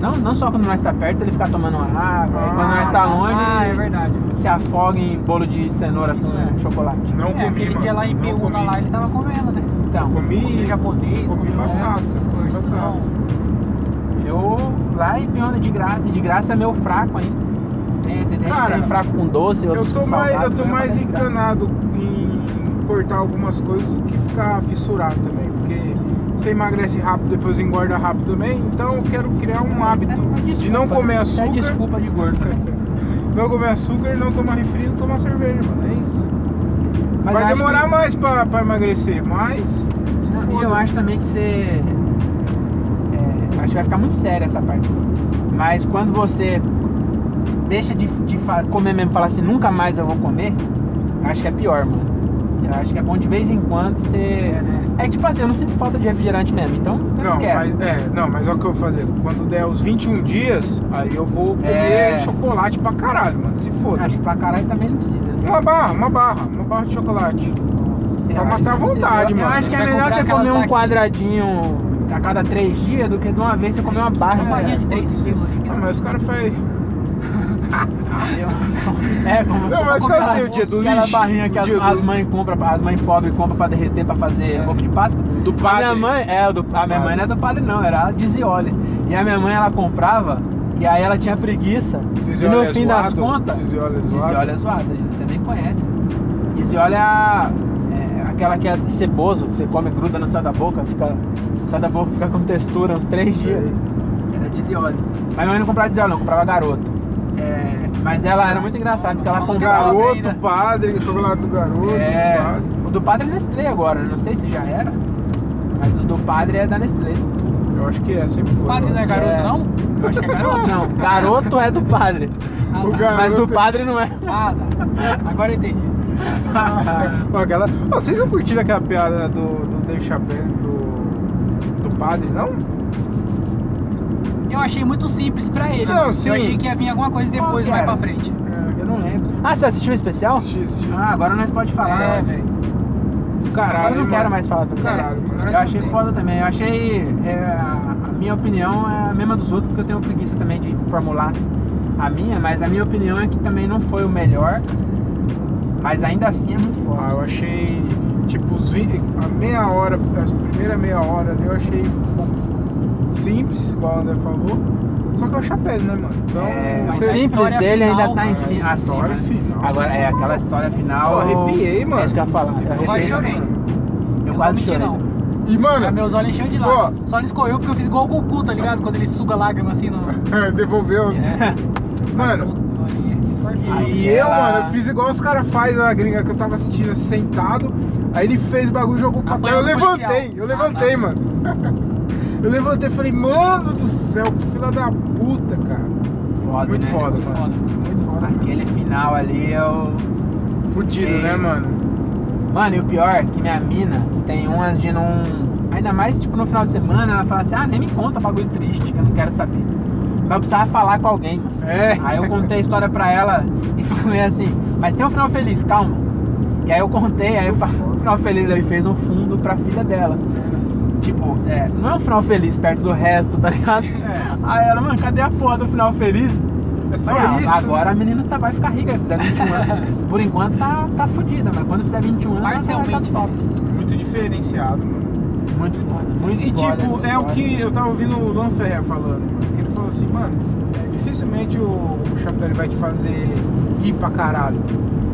Não, não só quando nós está perto ele fica tomando uma água, aí quando nós está longe
Ah, é
ele
verdade.
se afoga em bolo de cenoura
Isso
com
é.
chocolate.
Não
é,
comi,
aquele
mano.
dia lá em
Não
Peúna
comi.
lá, ele tava comendo, né?
Então,
Comeu
Comi.
japonês,
comi
comeu
batata, comi
Isso não.
batata.
eu lá em Piona de graça, e de graça é meu fraco ainda. Tem, você tem,
Cara,
tem fraco com doce,
Eu
outros
tô
com
mais,
salgado,
eu tô
meu
mais um
é de graça.
encanado em cortar algumas coisas do que ficar fissurado também, porque você emagrece rápido, depois engorda rápido também. Então eu quero criar um
é
hábito de não comer
Isso é
açúcar.
desculpa de gordo. né?
Não comer açúcar, não tomar refri, não tomar cerveja, mano. É isso.
Mas
Vai
acho
demorar
que-
mais pra, pra emagrecer, mas. se
Não, E eu
foda.
acho também que você. é, acho que vai ficar muito séria essa parte. Mas quando você deixa de, de fa- comer mesmo e fala assim, nunca mais eu vou comer, acho que é pior, mano. Eu acho que é bom de vez em quando você.
né?
É que, tipo assim, eu não sinto falta de refrigerante mesmo, então eu não,
Não,
quero.
mas, é, não, mas olha o que eu vou fazer. Quando der os 21 dias, aí eu vou comer
É.
chocolate pra caralho, mano. Se foda.
Acho que pra caralho também não precisa. né?
Uma barra, uma barra, uma barra de chocolate.
Eu
Pra
acho
matar a
que você-
vontade,
eu-
mano.
Eu acho que é
Vai
melhor
comprar
você
aquelas
comer um
daqui.
quadradinho a cada três dias do que de uma vez você comer uma barra.
É, Uma barrinha de
É.
3 quilos ali.
Ah, mas os caras fazem.
É, como
Não,
se-
mas
como
cara,
aquela-
tem o dia do
aquela
lixo,
barrinha que
o
as,
dia do-
as mães compram, as mães pobres compram pra derreter pra fazer
É.
ovo de Páscoa.
Do
A
padre.
minha mãe, é, o do- a minha mãe não é do padre não, era a de Zioli. E a minha mãe ela comprava e aí ela tinha preguiça.
Dizioli
e no
é
fim das
zoado,
contas,
Dizioli é zoado.
Dizioli é zoada, você nem conhece. Dizioli é, a, é aquela que é ceboso, que você come gruda no céu da boca, fica sai da boca fica com textura uns três dias. Era Dizioli. Mas minha mãe não comprava Dizioli, não, comprava garoto. É, mas ela era muito engraçada, porque ela
Garoto.
comprava.
Garoto, padre, chocolate do garoto,
É.
do padre.
O do padre é Nestlé agora, não sei se já era, mas o do padre é da Nestlé.
Eu acho que é, sempre foi.
Padre não é garoto,
É.
não? Eu acho que é garoto.
Não, garoto é do padre.
Ah,
O
tá.
garoto.
Mas do padre não é.
Ah, tá. Agora eu entendi.
Ó, aquela... Ó, vocês não curtiram aquela piada do, do Dave Chappelle, do, do padre, não?
Eu achei muito simples pra ele.
Não, sim.
Eu achei que ia vir alguma coisa
Qual
depois,
que
mais
era?
pra frente.
Eu não lembro. Ah, você assistiu o especial?
É. Assisti, assisti.
Ah, agora nós pode falar.
é,
né?
velho.
Agora
Caralho,
eu não
mano.
quero mais falar também.
Caralho, mano.
Eu achei foda também. Eu achei. é, a minha opinião é a mesma dos outros, porque eu tenho preguiça também de formular a minha, mas a minha opinião é que também não foi o melhor. Mas ainda assim é muito
Ah,
forte.
eu achei, tipo, os 20, a meia hora, as primeira meia hora ali eu achei um pouco simples, igual o André falou. Só que é o chapéu, né, mano? Então,
É,
mas
o
você-
simples
história
dele ainda
final,
tá
né?
em cima.
A história
acima.
final.
Agora é aquela história final.
Eu arrepiei, mano.
É isso que eu ia falar. Eu,
Eu quase
arrepiei.
chorei.
Eu
não
quase
menti,
chorei.
não.
E,
Ah,
mano,
Mas meus olhos encheu de lágrimas. Só não escorreu porque eu fiz igual o Goku, tá ligado? Quando ele suga lágrima assim no.
é, devolveu. Mano,
Mano.
e
É, Aí
eu,
ela-
mano, eu fiz igual os caras fazem na gringa que eu tava assistindo sentado. Aí ele fez o bagulho, jogou pra trás.
Apanhou
Eu
do policial.
levantei, eu
Ah,
levantei,
tá.
mano. eu levantei e falei, mano do céu, que fila da puta, cara.
Foda,
Muito
né?
foda, mano. Muito
é
foda.
né?
Aquele final ali é o.
Fudido,
É.
né, mano?
Mano, e o pior é que minha mina tem umas de não. Ainda mais tipo no final de semana, ela fala assim, ah, nem me conta bagulho triste, que eu não quero saber. Mas eu precisava falar com alguém, mano.
É.
Aí eu contei a história pra ela e falei assim, mas tem um final feliz, calma. E aí eu contei, aí eu falei, o final feliz ele fez um fundo pra filha dela. Tipo, é, não é um final feliz perto do resto, tá ligado? Aí ela, mano, cadê a porra do final feliz?
É só
Mas, ah,
isso.
Agora a menina tá, vai ficar rica, fizer 21 anos. Por enquanto tá, tá fudida, mas quando fizer 21 anos, ela tá vai estar
Parcialmente.
de volta.
Muito diferenciado, mano.
Muito foda, muito
E
foda essa
tipo, é o
história.
que eu tava ouvindo o Luan Ferrer falando, mano, que ele falou assim, mano, é, dificilmente o, o Chapéu ele vai te fazer rir pra caralho.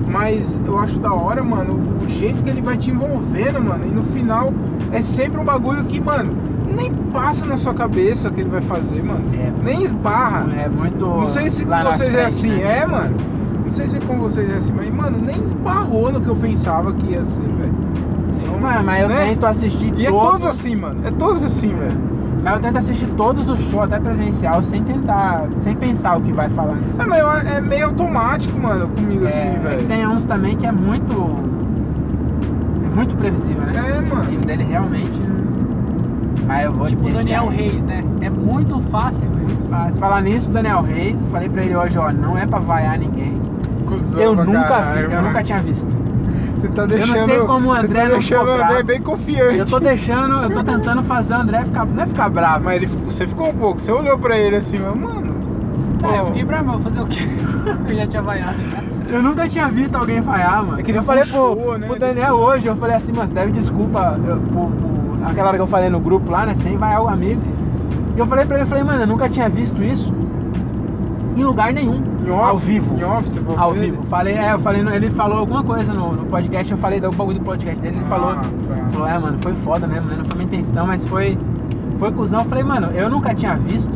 Mas eu acho da hora, mano, o- o jeito que ele vai te envolvendo, mano. E no final é sempre um bagulho que, mano, nem passa na sua cabeça o que ele vai fazer, mano.
É.
Nem esbarra.
É muito.
Não sei se
lá
com
na
vocês é
frente,
assim,
né?
é, mano. Não sei se com vocês é assim, mas, mano, nem esbarrou no que eu pensava que ia ser, velho. Então,
Mano, mas eu
né?
tento assistir
E é
todos.
todos assim, mano. É todos assim, velho.
Mas eu tento assistir todos os shows, até presencial, sem tentar. Sem pensar o que vai falar.
É, mas eu- é meio automático, mano, comigo assim,
é, que
velho.
tem uns também que é muito. É muito previsível, né?
É,
E
mano.
o dele realmente. Mas eu vou
Tipo o
esse
Daniel
aí.
Reis, né? É muito fácil, velho.
Mas Ah, falar nisso, Daniel Reis, falei pra ele hoje, ó, não é pra vaiar ninguém.
Cusão
Eu
pra
nunca
caralho,
vi, eu
mano.
nunca tinha visto.
Você tá
não
deixando.
sei como o
você
André
tá
não
deixando
ficou
o André
bravo.
bem confiante.
Eu tô deixando, eu tô tentando fazer o André ficar, não é ficar bravo,
Mas ele, ficou- você ficou um pouco. Você olhou pra ele assim, mas, mano.
Tá,
Ô.
eu fiquei bravo, vou fazer o quê? Eu já tinha vaiado. né? já.
Eu nunca tinha visto alguém vaiar, mano.
É que ele
eu falei pro,
puxou, né?
pro Daniel hoje, eu falei assim, mano, você deve desculpa eu, por, por aquela hora que eu falei no grupo lá, né? Sem vaiar o Amis. E eu falei pra ele, eu falei, mano, eu nunca tinha visto isso. em lugar nenhum.
Em
ao
off,
vivo.
Em off, você falou
Ao
com ele?
vivo. Falei, é, eu falei, no- ele falou alguma coisa no, no podcast, eu falei do bagulho do podcast dele, ele
Ah,
falou,
tá.
falou, é, mano, foi foda mesmo, né? Não foi minha intenção, mas foi, foi cuzão. Eu falei, mano, eu nunca tinha visto.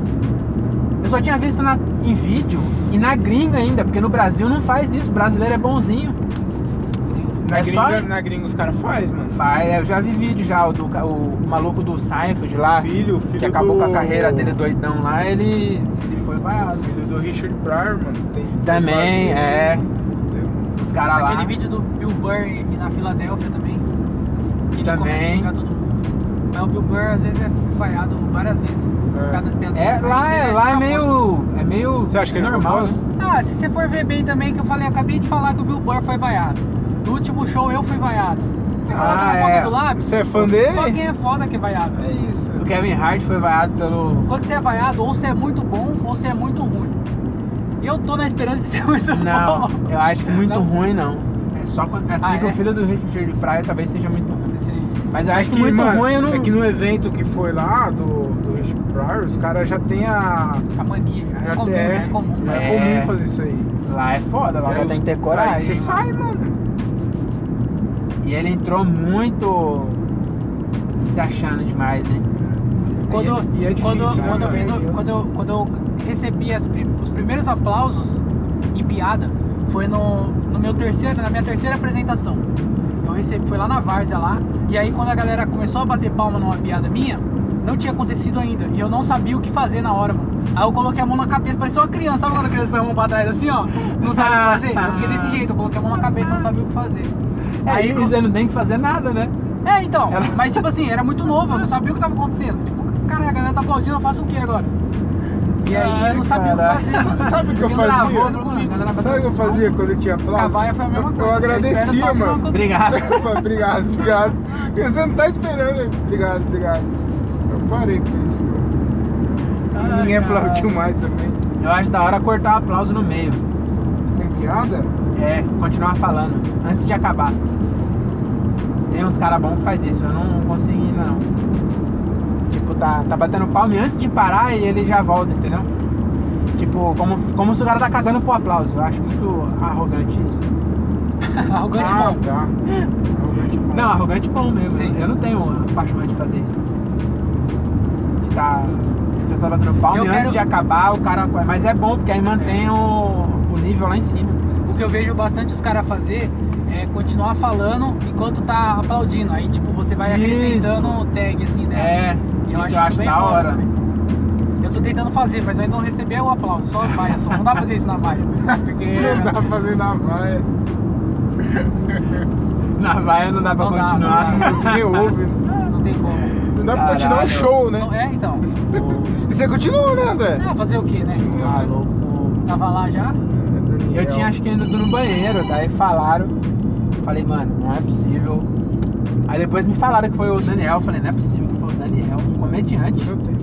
Eu só tinha visto na- em vídeo e na gringa ainda, porque no Brasil não faz isso, brasileiro é bonzinho.
Na,
É só-
gringa, na gringa os caras fazem, mano.
Faz, eu já vi vídeo já, o, do, ca- o maluco do Seinfeld lá,
Filho, filho
Ah, que acabou
do-
com a carreira dele doidão lá, ele, ele foi vaiado.
Filho do Richard Pryor, mano. Tem,
Também,
fazia-
é.
Fudeu, mano.
Os caras lá.
Aquele vídeo do Bill Burr e na Filadélfia também. Que ele começa a
Também.
xingar todo mundo. Mas o Bill Burr às vezes é vaiado várias vezes. Por
É.
causa das piadas.
É,
Aí
lá,
você
é,
de
lá é
propósito.
meio. É meio.
Você acha que ele assim?
normal?
propôs?
né?
tipo Ah, se você for ver bem também, que eu falei, eu acabei de falar que o Bill Burr foi vaiado. No último show eu fui vaiado. Você
Ah,
coloca na
é.
ponta do lápis.
Você é fã dele?
Só quem é foda que é vaiado.
É isso.
O Kevin Hart foi vaiado pelo.
Quando você é vaiado, ou você é muito bom, ou você é muito ruim. E eu tô na esperança de ser muito
Não,
bom.
eu acho que muito
Não.
ruim não. É só quando. É, se bem
Ah,
que
é?
o filho do Richard Pryor talvez seja muito ruim.
Esse aí.
Mas eu acho que,
É
muito
mano,
ruim eu não.
É que no evento que foi lá, do, do Richard Pryor, os caras já tem a...
A mania, já. É
já
comum,
tem-
né? é comum.
já
né?
é
É.
comum fazer isso aí.
Lá é foda, lá
E aí
tem que
os-
ter
Aí
coragem.
você sai, mano.
E ele entrou muito se achando demais, né?
Quando,
e é difícil,
quando,
né,
quando, eu
mano?
fiz o- quando, eu, quando eu recebi as prim- os primeiros aplausos em piada, foi no, no meu terceiro, na minha terceira apresentação. Eu recebi, foi lá na Várzea lá, e aí quando a galera começou a bater palma numa piada minha, não tinha acontecido ainda, e eu não sabia o que fazer na hora, mano. Aí eu coloquei a mão na cabeça, parecia uma criança, sabe quando a criança põe a mão pra trás assim, ó? Não sabe o que
Ah,
fazer? Eu
tá.
fiquei desse jeito, eu coloquei a mão na cabeça, não sabia o que fazer.
Aí
Aí,
você não tem que fazer nada, né?
é, então.
Era-
Mas, tipo assim, era muito novo, eu não sabia o que tava acontecendo. Tipo, cara, a galera tá aplaudindo, eu faço o que agora? E aí eu não
Ai,
sabia
caralho.
o que fazer.
Sabe o que eu
Porque não tava
fazia?
acontecendo comigo.
Sabe o que eu fazia quando eu tinha aplauso?
Cavaia foi a mesma
Eu-
coisa.
Eu
espero só que
agradecia,
não
mano.
aconteça.
Obrigado.
Opa, obrigado, obrigado. Porque Você não tá esperando. hein? Obrigado, obrigado. Eu parei com isso, mano.
Ai,
Ninguém
cara.
aplaudiu mais também.
Eu acho da hora cortar o aplauso no meio.
Com piada?
É, continuar falando antes de acabar. Tem uns cara bom que faz isso, eu não consegui ainda não. Tipo, tá, tá batendo palma e antes de parar e ele já volta, entendeu? Tipo, como, como se o cara tá cagando pro aplauso. Eu acho muito arrogante isso.
Arrogante
ah,
bom.
tá. Arrogante bom.
Não, arrogante bom mesmo.
Sim.
Eu não tenho a paixão de fazer isso. De tá. A pessoa batendo palma
Eu
e antes
quero-
de acabar o cara. Mas é bom, porque aí mantém o, o nível lá em cima.
Ah.
O que eu vejo bastante os caras fazer é continuar falando enquanto tá aplaudindo. Aí, tipo, você vai
Isso.
acrescentando o tag, assim, né?
É,
E
isso eu acho
bem
da
foda né?
hora.
também. Eu tô tentando fazer, mas eu ainda não recebi o aplauso, só as vaias. Só. Não dá pra fazer isso na vaia. Porque
Não dá pra fazer na vaia.
Na vaia não dá pra
Não dá,
continuar.
não dá.
Ninguém ouve.
não tem como.
Não dá pra continuar
Caralho.
o show, né?
Não, é, então.
E você continuou, né, André?
Ah, fazer o quê, né?
Maluco.
Tava lá já?
Eu
Daniel.
tinha acho que ido no banheiro, daí falaram. Falei, mano, não é possível. Aí depois me falaram que foi o Daniel. Falei, não é possível que foi o Daniel, um comediante.
Meu Deus.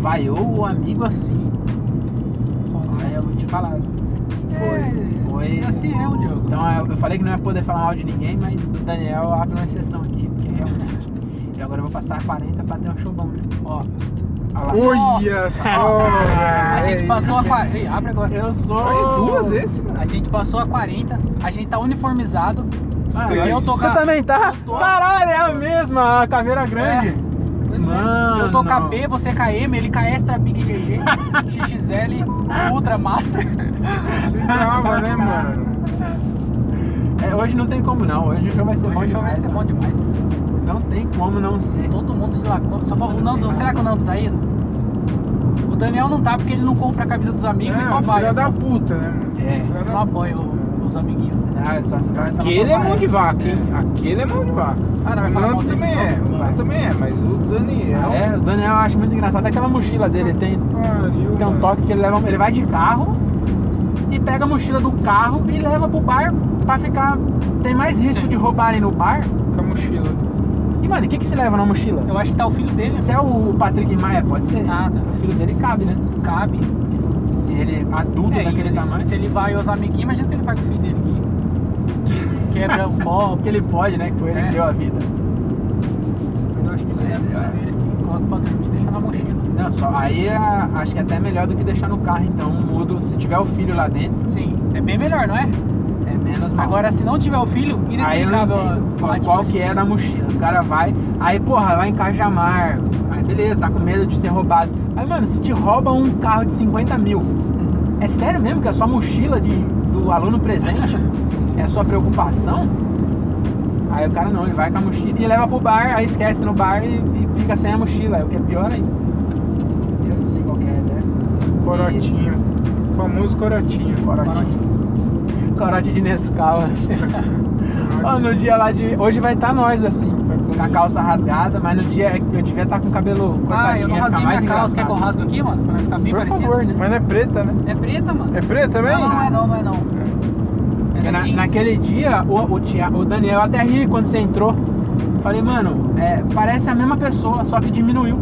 Vaiou o amigo assim. Aí eu vou te falar.
É,
Foi.
Assim é o Diogo.
Então eu- eu falei que não ia poder falar mal de ninguém, mas do Daniel abre uma exceção aqui, porque realmente. E agora eu vou passar 40 pra ter um show bom, né?
Ó,
Olha lá.
Olha só!
a gente
velho.
passou a 40. Ei, abre agora.
Eu sou.
Olha, duas esse, mano.
A gente passou a 40, a gente tá uniformizado.
Os
Ah,
três.
eu tô- É.
Você também tá?
Eu tô.
Caralho, é a mesma, a caveira grande.
É.
Mano.
Eu tô KB, você KM, ele K Extra Big GG, XXL, Ultra Master.
Precisava, né, mano?
É, hoje não tem como não, hoje o show vai ser é bom
Hoje o show vai
demais,
ser é bom
mano.
demais.
Não tem como não ser.
Todo mundo deslacou. Só falta o Nando. Será que o Nando tá indo? O Daniel não tá porque ele não compra a camisa dos amigos
É,
e só vai.
Filha
assim.
da puta, né, mano?
É.
Não
Filha da puta.
apoia o- os amiguinhos.
Ah, só se vai-
Aquele é
tava-
mão de vaca, hein? Aquele é mão de vaca.
Ah, não, vai
o
falar mal
Nando
dele, então.
também
não.
é. O
Vai.
Nando também é, mas o Daniel.
É, o Daniel eu acho muito engraçado aquela mochila dele, tem,
Pariu,
tem um
mano.
toque que ele leva, ele vai de carro e pega a mochila do carro e leva pro bar pra ficar. Tem mais risco
Sim.
de roubarem no bar.
Com a mochila.
E mano, o que, que você leva na mochila?
Eu acho que tá o filho dele.
Se é o Patrick Maia, pode ser.
Ah, tá.
O filho dele cabe, né?
Cabe.
Porque se ele é adulto
É,
daquele
e
tamanho,
Se ele vai aos amiguinhos, imagina o que ele faz com o filho dele que, que quebra o copo.
porque ele pode, né? Que foi ele
É.
que deu a vida.
Eu acho que ele deve
É,
fazer dele, sim. coloco pra dormir e deixo na mochila.
Não, só, aí é- acho que é até melhor do que deixar no carro, então um mudo, se tiver o filho lá dentro,
Sim, é bem melhor, não é?
é menos mal.
Agora, se não tiver o filho,
aí eu não
inexplicável.
entendo
a- a
qual, qual
atitude.
que é na mochila. O cara vai, aí porra, vai em Cajamar, aí beleza, tá com medo de ser roubado. Aí mano, se te rouba um carro de 50 mil, é sério mesmo que a sua mochila de, do aluno presente é a sua preocupação? Aí o cara não, ele vai com a mochila e leva pro bar, aí esquece no bar e, e fica sem a mochila, aí o que é pior ainda. Eu não sei qual que é dessa.
Corotinha. O famoso corotinha.
Corote. Corote de Nescau. Ó, no dia lá Ah, é de. Hoje vai estar nós assim, com a calça rasgada, mas no dia é eu devia estar com o cabelo
Ah, eu
cortadinho,
não rasguei minha
ia ficar mais
calça. Quer que eu
engraçado.
rasgo aqui, mano? Pra ficar bem
Por
parecido?
favor, né?
Mas não é preta, né?
É preta, mano.
É preta também?
Não, não é não, não é não.
Porque
Era
É na-
jeans.
naquele dia, o, o, Tia- o Daniel eu até ri quando você entrou. Falei, mano, é, parece a mesma pessoa, só que diminuiu.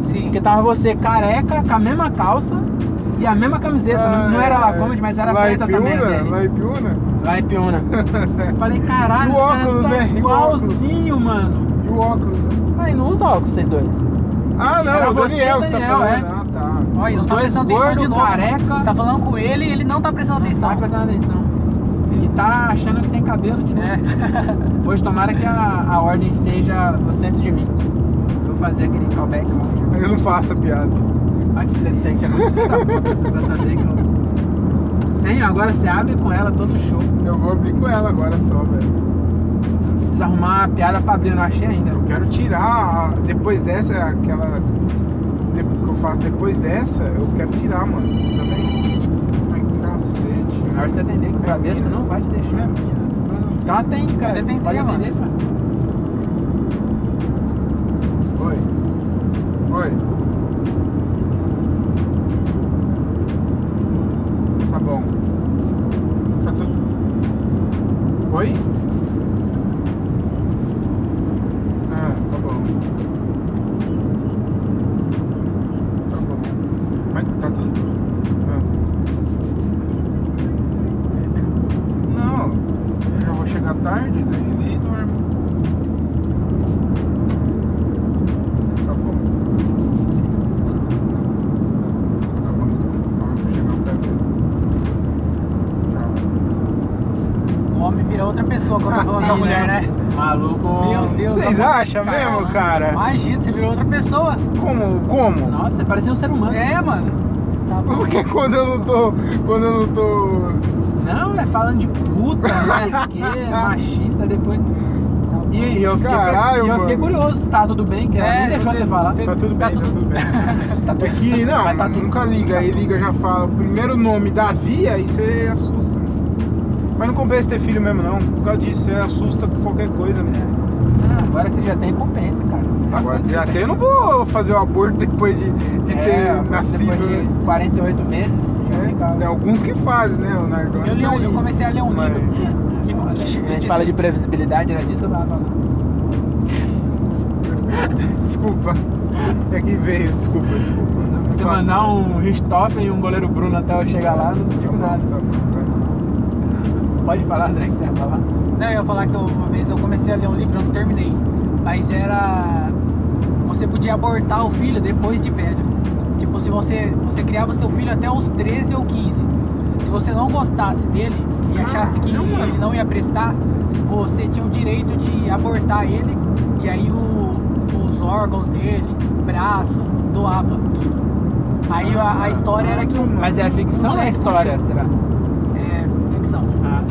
Sim.
Porque tava você careca, com a mesma calça e a mesma camiseta.
Ah,
não,
é.
não era lá comedy, mas era
lá
preta
em Piúna,
também. né? dele.
Lá em Piúna.
Lá em Piona. Falei, caralho,
E
esse
o
cara
óculos,
tá
né? E o
igualzinho, mano.
E o óculos, né?
Aí não usa óculos vocês dois.
Ah, não,
Era
é o
você,
Daniel, você tá
Daniel,
falando.
é.
Ah, tá.
Olha, não
Os
tá
dois
prestando atenção
gordo,
de novo.
careca.
mano. Você tá falando com ele e ele não tá prestando atenção.
Tá prestando atenção. E tá achando que tem cabelo de novo.
É.
Hoje tomara que a, a ordem seja você antes de mim. Eu Vou fazer aquele callback lá.
Eu não faço a piada.
Olha que filha de sexo, é muito filha da puta, você pra saber que eu... Sem, agora você abre com ela todo show.
Eu vou abrir com ela agora só, velho.
Não Precisa arrumar uma piada pra abrir, eu não achei ainda.
Eu quero tirar. a- Depois dessa, aquela. de- que eu faço depois dessa, eu quero tirar, mano. Também. Ai, cacete.
Melhor você atender, que o Bradesco não vai te
Não é
deixar.
minha.
Então atende, cara.
Eu tentei,
Pode atender, cara.
Oi. Oi. Tá bom. Tá tudo. Oi? Ah, tá bom. Tá bom. Mas tá tudo. Ah. Não. eu Já vou chegar tarde, daí ele dorme. Tá bom. Tá bom, então. Ó, vou chegar perto dele.
O homem vira outra pessoa quando tá falando da
Sim,
mulher, né?
Maluco.
Meu Deus.
Vocês
a-
acham mesmo, cara?
Imagina, você virou outra pessoa.
Tchau. Como? Como?
Nossa, parecia um ser humano.
É, mano. Tá bom.
Porque quando eu não tô. Quando eu não tô.
Não, é falando de puta, né? Que machista depois. E, e eu fiquei,
Caralho,
e eu fiquei
mano.
curioso, tá tudo bem, que ela
É,
nem deixou
você-
você, falar.
você-
Tá tudo bem,
Tá
tá
tudo-
tudo bem.
Tá tudo-
É que não,
Mas tá
mano,
tudo-
nunca liga. Aí liga já fala o primeiro nome da via e você assusta. Mas não compensa ter filho mesmo, não. Por causa disso, você assusta por qualquer coisa, né?
Ah, agora que você já tem, compensa, cara.
Agora
você
já tem, eu não vou fazer o aborto depois de, de ter um nascido.
É, Depois
né?
de 48 meses, já
É,
fica.
tem alguns que fazem, né? O Nardone.
Eu, li um- eu comecei a ler um
Mas-
livro. Que,
Olha,
que,
a gente fala de previsibilidade, era disso que eu tava falando.
Desculpa. É que veio, desculpa, desculpa.
Você
Faço
mandar
mais.
um Richthofen e um goleiro Bruno até eu chegar lá, não digo nada.
Tá bom,
Pode falar, André, que você ia falar.
Não, eu ia falar que eu- uma vez eu comecei a ler um livro, eu não terminei. Mas era. Você podia abortar o filho depois de velho. Tipo, se você, você criava seu filho até os 13 ou 15. Se você não gostasse dele e
Ah,
achasse que
Caralho, mano.
ele não ia prestar, você tinha o direito de abortar ele e aí o- os órgãos dele, braço, doava. Aí a, a história era que um.
Ah, Mas é a ficção
um
ou é a
moleque
história, será?
fugiu. É ficção.
Ah,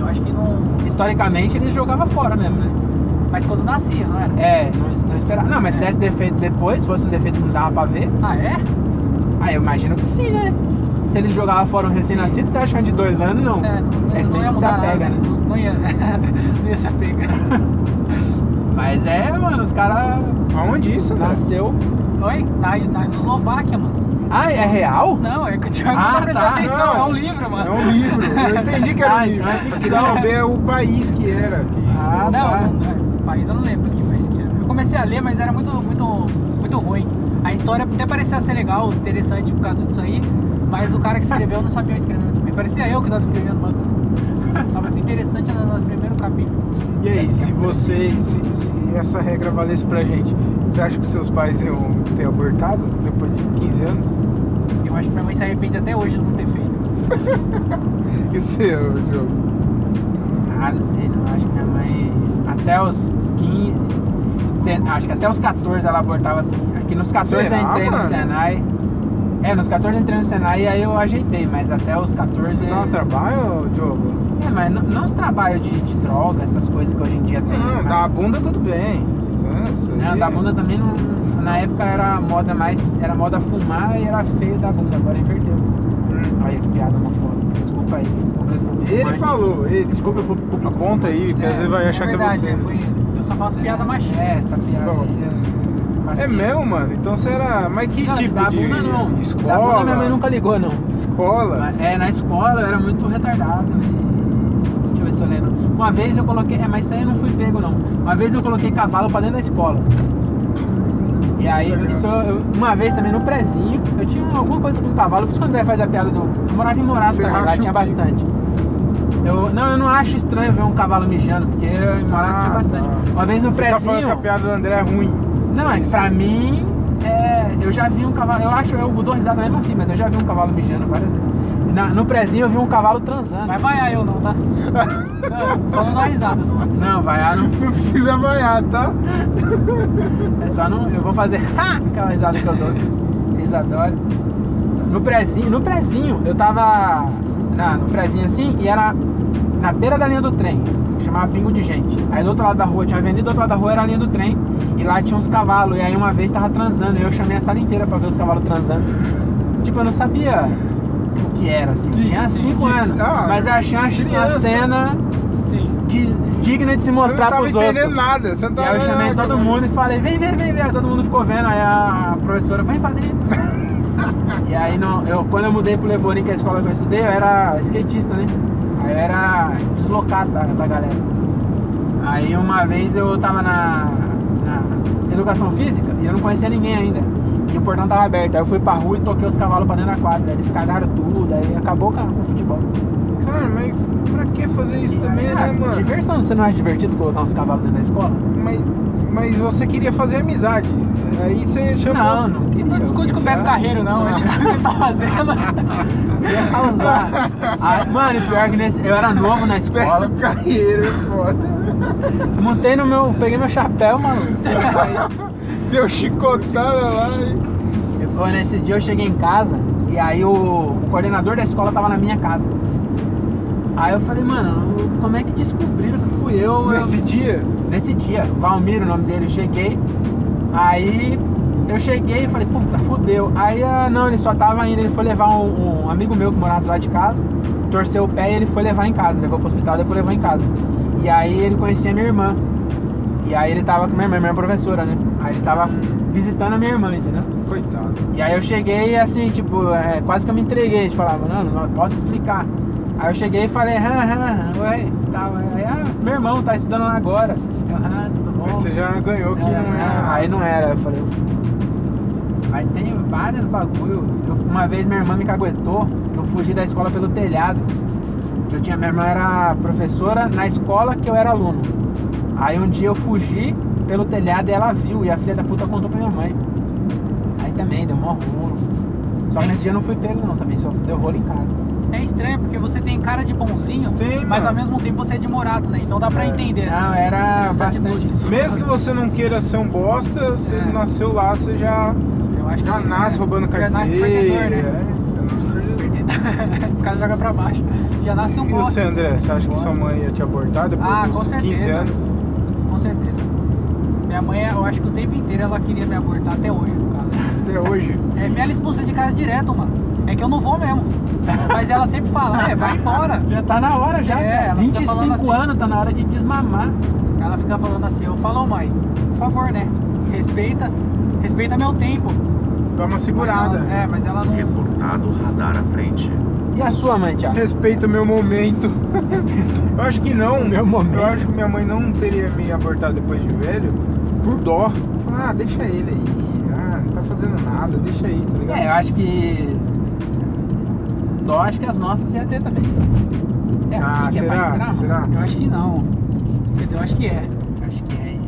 Eu acho que não.
historicamente eles jogavam fora mesmo, né?
Mas quando nascia, não era?
É, não, não esperava. Não, mas se
É.
desse defeito depois, fosse um defeito que não dava pra ver,
Ah, é?
aí eu imagino que sim, né? Se eles jogavam fora um recém-nascido, você acha que é de dois anos, não?
É, não,
Aí você
não
tem
ia
que se
mudar
apega,
nada.
né?
Não ia, não ia se apegar.
Mas é, mano, os caras
tá. Aonde isso, André?
nasceu.
Oi? Na, na Eslováquia, mano.
Ah, é real?
Não, é que o Thiago não
Ah,
tá prestando
tá.
atenção,
Não.
é um livro,
É
mano.
um livro. Eu entendi que era um
Ah, então
livro.
é
Só queria
ficção.
saber o país que era. que-
Ah, tá.
não, não, é. país eu não lembro que país que era. Eu comecei a ler, mas era muito, muito, muito ruim. A história até parecia ser legal, interessante por causa disso aí, mas o cara que escreveu não sabia escrever muito bem. Parecia eu que tava escrevendo o bagulho. Tava desinteressante na- nas primeiras capítulo.
E aí, se você. Se, se essa regra valesse pra gente, você acha que seus pais iam ter abortado depois de 15 anos?
Eu acho que minha mãe se arrepende até hoje de não ter feito.
E o seu, Diogo?
Ah, não sei, não. Acho que minha mãe. Até os, os 15. se- Acho que até os 14 ela abortava assim. Aqui nos 14 eu
Será,
entrei
mano?
no Senai. É, nos 14 eu entrei no Senai e aí eu ajeitei, mas até os 14.
Você dá um trabalho, Diogo?
É, mas não, não os trabalhos de, de droga, essas coisas que hoje em dia tem.
Não,
É, mas...
Ah, dá a bunda tudo bem. é. Isso, isso
Não,
aí-
da bunda também não. Na época era moda mais. Era moda fumar e era feio da bunda, agora inverteu. Olha que piada uma foto. Desculpa aí.
Ele falou, ele, desculpa, eu vou vou- aponta aí, porque
É,
às vezes vai
É
achar
verdade,
que é
né?
você.
Foi- eu só faço piada machista.
É, essa piada.
Só.
aí,
É meu, mano. Então você era. Mas que
Não,
tipo
da
de
bunda não.
escola?
Da bunda minha mãe nunca ligou, não.
Escola?
Mas, É, na escola eu era muito retardado. E... Deixa eu ver se eu lembro. Uma vez eu coloquei. É, mas isso aí eu não fui pego, não. Uma vez eu coloquei cavalo pra dentro da escola. E aí,
Legal.
isso eu- uma vez também no prezinho, eu tinha alguma coisa com cavalo, por isso quando o André faz a piada do. Eu morava em Morato
Você
também, lá
racha o
tinha
bico.
bastante. Eu, não, eu não acho estranho ver um cavalo mijando, porque eu em Morato
Ah,
tinha bastante.
tá.
Uma vez no
Você tá falando
prezinho.
que a piada do André é ruim.
Não, é que pra mim, é, eu já vi um cavalo. Eu acho, eu dou risada mesmo assim, mas eu já vi um cavalo mijando várias vezes. Na- no prezinho eu vi um cavalo transando.
Mas vai aí eu não, tá? Só- Só não dá risada, só.
Não, vai, ah, não.
Não precisa vaiar, tá?
É só não. Eu vou fazer aquela risada que eu dou. Vocês adoram. No prezinho, no prezinho, eu tava na, no prezinho assim e era na beira da linha do trem. Chamava pingo de gente. Aí do outro lado da rua tinha avenida, do outro lado da rua era a linha do trem. E lá tinha uns cavalos. E aí uma vez tava transando. E eu chamei a sala inteira pra ver os cavalos transando. Tipo, eu não sabia o que era, assim.
Que-
tinha
que-
5
que-
anos.
ah,
mas eu achei uma, uma
criança.
cena
Sim.
que, digna de se
Você não
mostrar
tava
pros outros.
entendendo nada. Você não
E
tava
aí eu chamei
nada,
todo
mano.
mundo e falei, vem, vem, vem, vem. Todo mundo ficou vendo, aí a professora, vem pra dentro. e aí não, eu, quando eu mudei pro Levorim, que é a escola que eu estudei, eu era skatista, né? Aí eu era deslocado da, da galera. Aí uma vez eu tava na, na educação física e eu não conhecia ninguém ainda. E o portão tava aberto. Aí eu fui pra rua e toquei os cavalos pra dentro da quadra. Eles cagaram tudo, aí acabou com com o futebol.
Cara, mas pra que fazer isso também,
Aí,
né,
ah,
mano?
Diversão, você não acha divertido colocar uns cavalos dentro da escola?
Mas, mas você queria fazer amizade. Aí você chamou.
Não, não queria.
Não discute com o Beto Carreiro, não. Ele sabe o que ele tá fazendo.
Ia causar. Ah, mano, e pior que nesse, eu era novo na escola,
Perto do carreiro, foda.
montei no meu, peguei meu chapéu, maluco. Aí,
Deu chicotada lá e.
eu- nesse dia eu cheguei em casa e aí o, o coordenador da escola tava na minha casa. Aí eu falei, mano, como é que descobriram que fui eu? Eu-
Nesse dia,
nesse dia, Valmir, o nome dele, eu cheguei. Aí eu cheguei e falei, puta, fudeu. Aí, ah, não, ele só tava indo, ele foi levar um, um amigo meu que morava lá de casa, torceu o pé e ele foi levar em casa, levou pro hospital, depois levou em casa. E aí ele conhecia minha irmã. E aí ele tava com minha irmã, minha irmã é professora, né? Aí ele tava visitando a minha irmã, entendeu?
coitado.
E aí eu cheguei assim, tipo, é, quase que eu me entreguei, de falar, mano, não posso explicar. Aí eu cheguei e falei, ah, ah, ué, tá, ué. aí, ah, meu irmão tá estudando lá agora. Eu, Ah, tudo bom.
Mas você já ganhou
É,
que não era.
Aí não era, eu falei, "Uf". mas tem vários bagulho. Eu- uma vez minha irmã me caguetou, que eu fugi da escola pelo telhado. Que eu tinha, minha irmã era professora na escola que eu era aluno. Aí um dia eu fugi pelo telhado e ela viu, e a filha da puta contou pra minha mãe. Aí também deu mó rolo. Só que nesse dia eu não fui pego não também, só deu rolo em casa.
É estranho, porque você tem cara de bonzinho,
Tem,
mas
mano.
ao mesmo tempo você é de morado, né? Então dá pra
É.
entender.
Não, era
essas
bastante.
atitudes.
Mesmo que você não queira ser um bosta, você
É.
nasceu lá, você já,
assim. Eu acho
já
que- é
nasce roubando
Já
carteira.
nasce perdedor, né?
é, já nasce perdedor.
Os caras jogam pra baixo. Já nasce um
E
bosta.
você, André, você acha que sua
Bosta.
mãe ia te abortar depois
Ah, com
dos 15
certeza.
anos?
Com certeza. Minha mãe, eu acho que o tempo inteiro ela queria me abortar, até hoje, no caso.
Até hoje.
É, minha ela expulsa de casa direto, mano. É que eu não vou mesmo. Mas ela sempre fala, é, vai embora.
Já tá na hora, já.
É, ela fica
25
falando assim.
anos, tá na hora de desmamar.
Ela fica falando assim, eu falo, "Ô, mãe, por favor, né? Respeita, respeita meu tempo.
Dá uma segurada.
Mas ela- é, mas ela não.
Tipo.
Reportado radar à frente.
E a sua mãe, Thiago?
Respeita o meu momento. Eu acho que não.
Meu momento.
Eu acho que minha mãe não teria me abortado depois de velho por dó. Ah, deixa ele aí. Ah, não tá fazendo nada, deixa aí, tá ligado?
É, eu acho que. Dó, acho que as nossas ia ter também. É,
ah,
aqui que é pra
será?
entrar, mano.
Ah, será?
Eu acho que não. Eu acho que é.
Acho que é.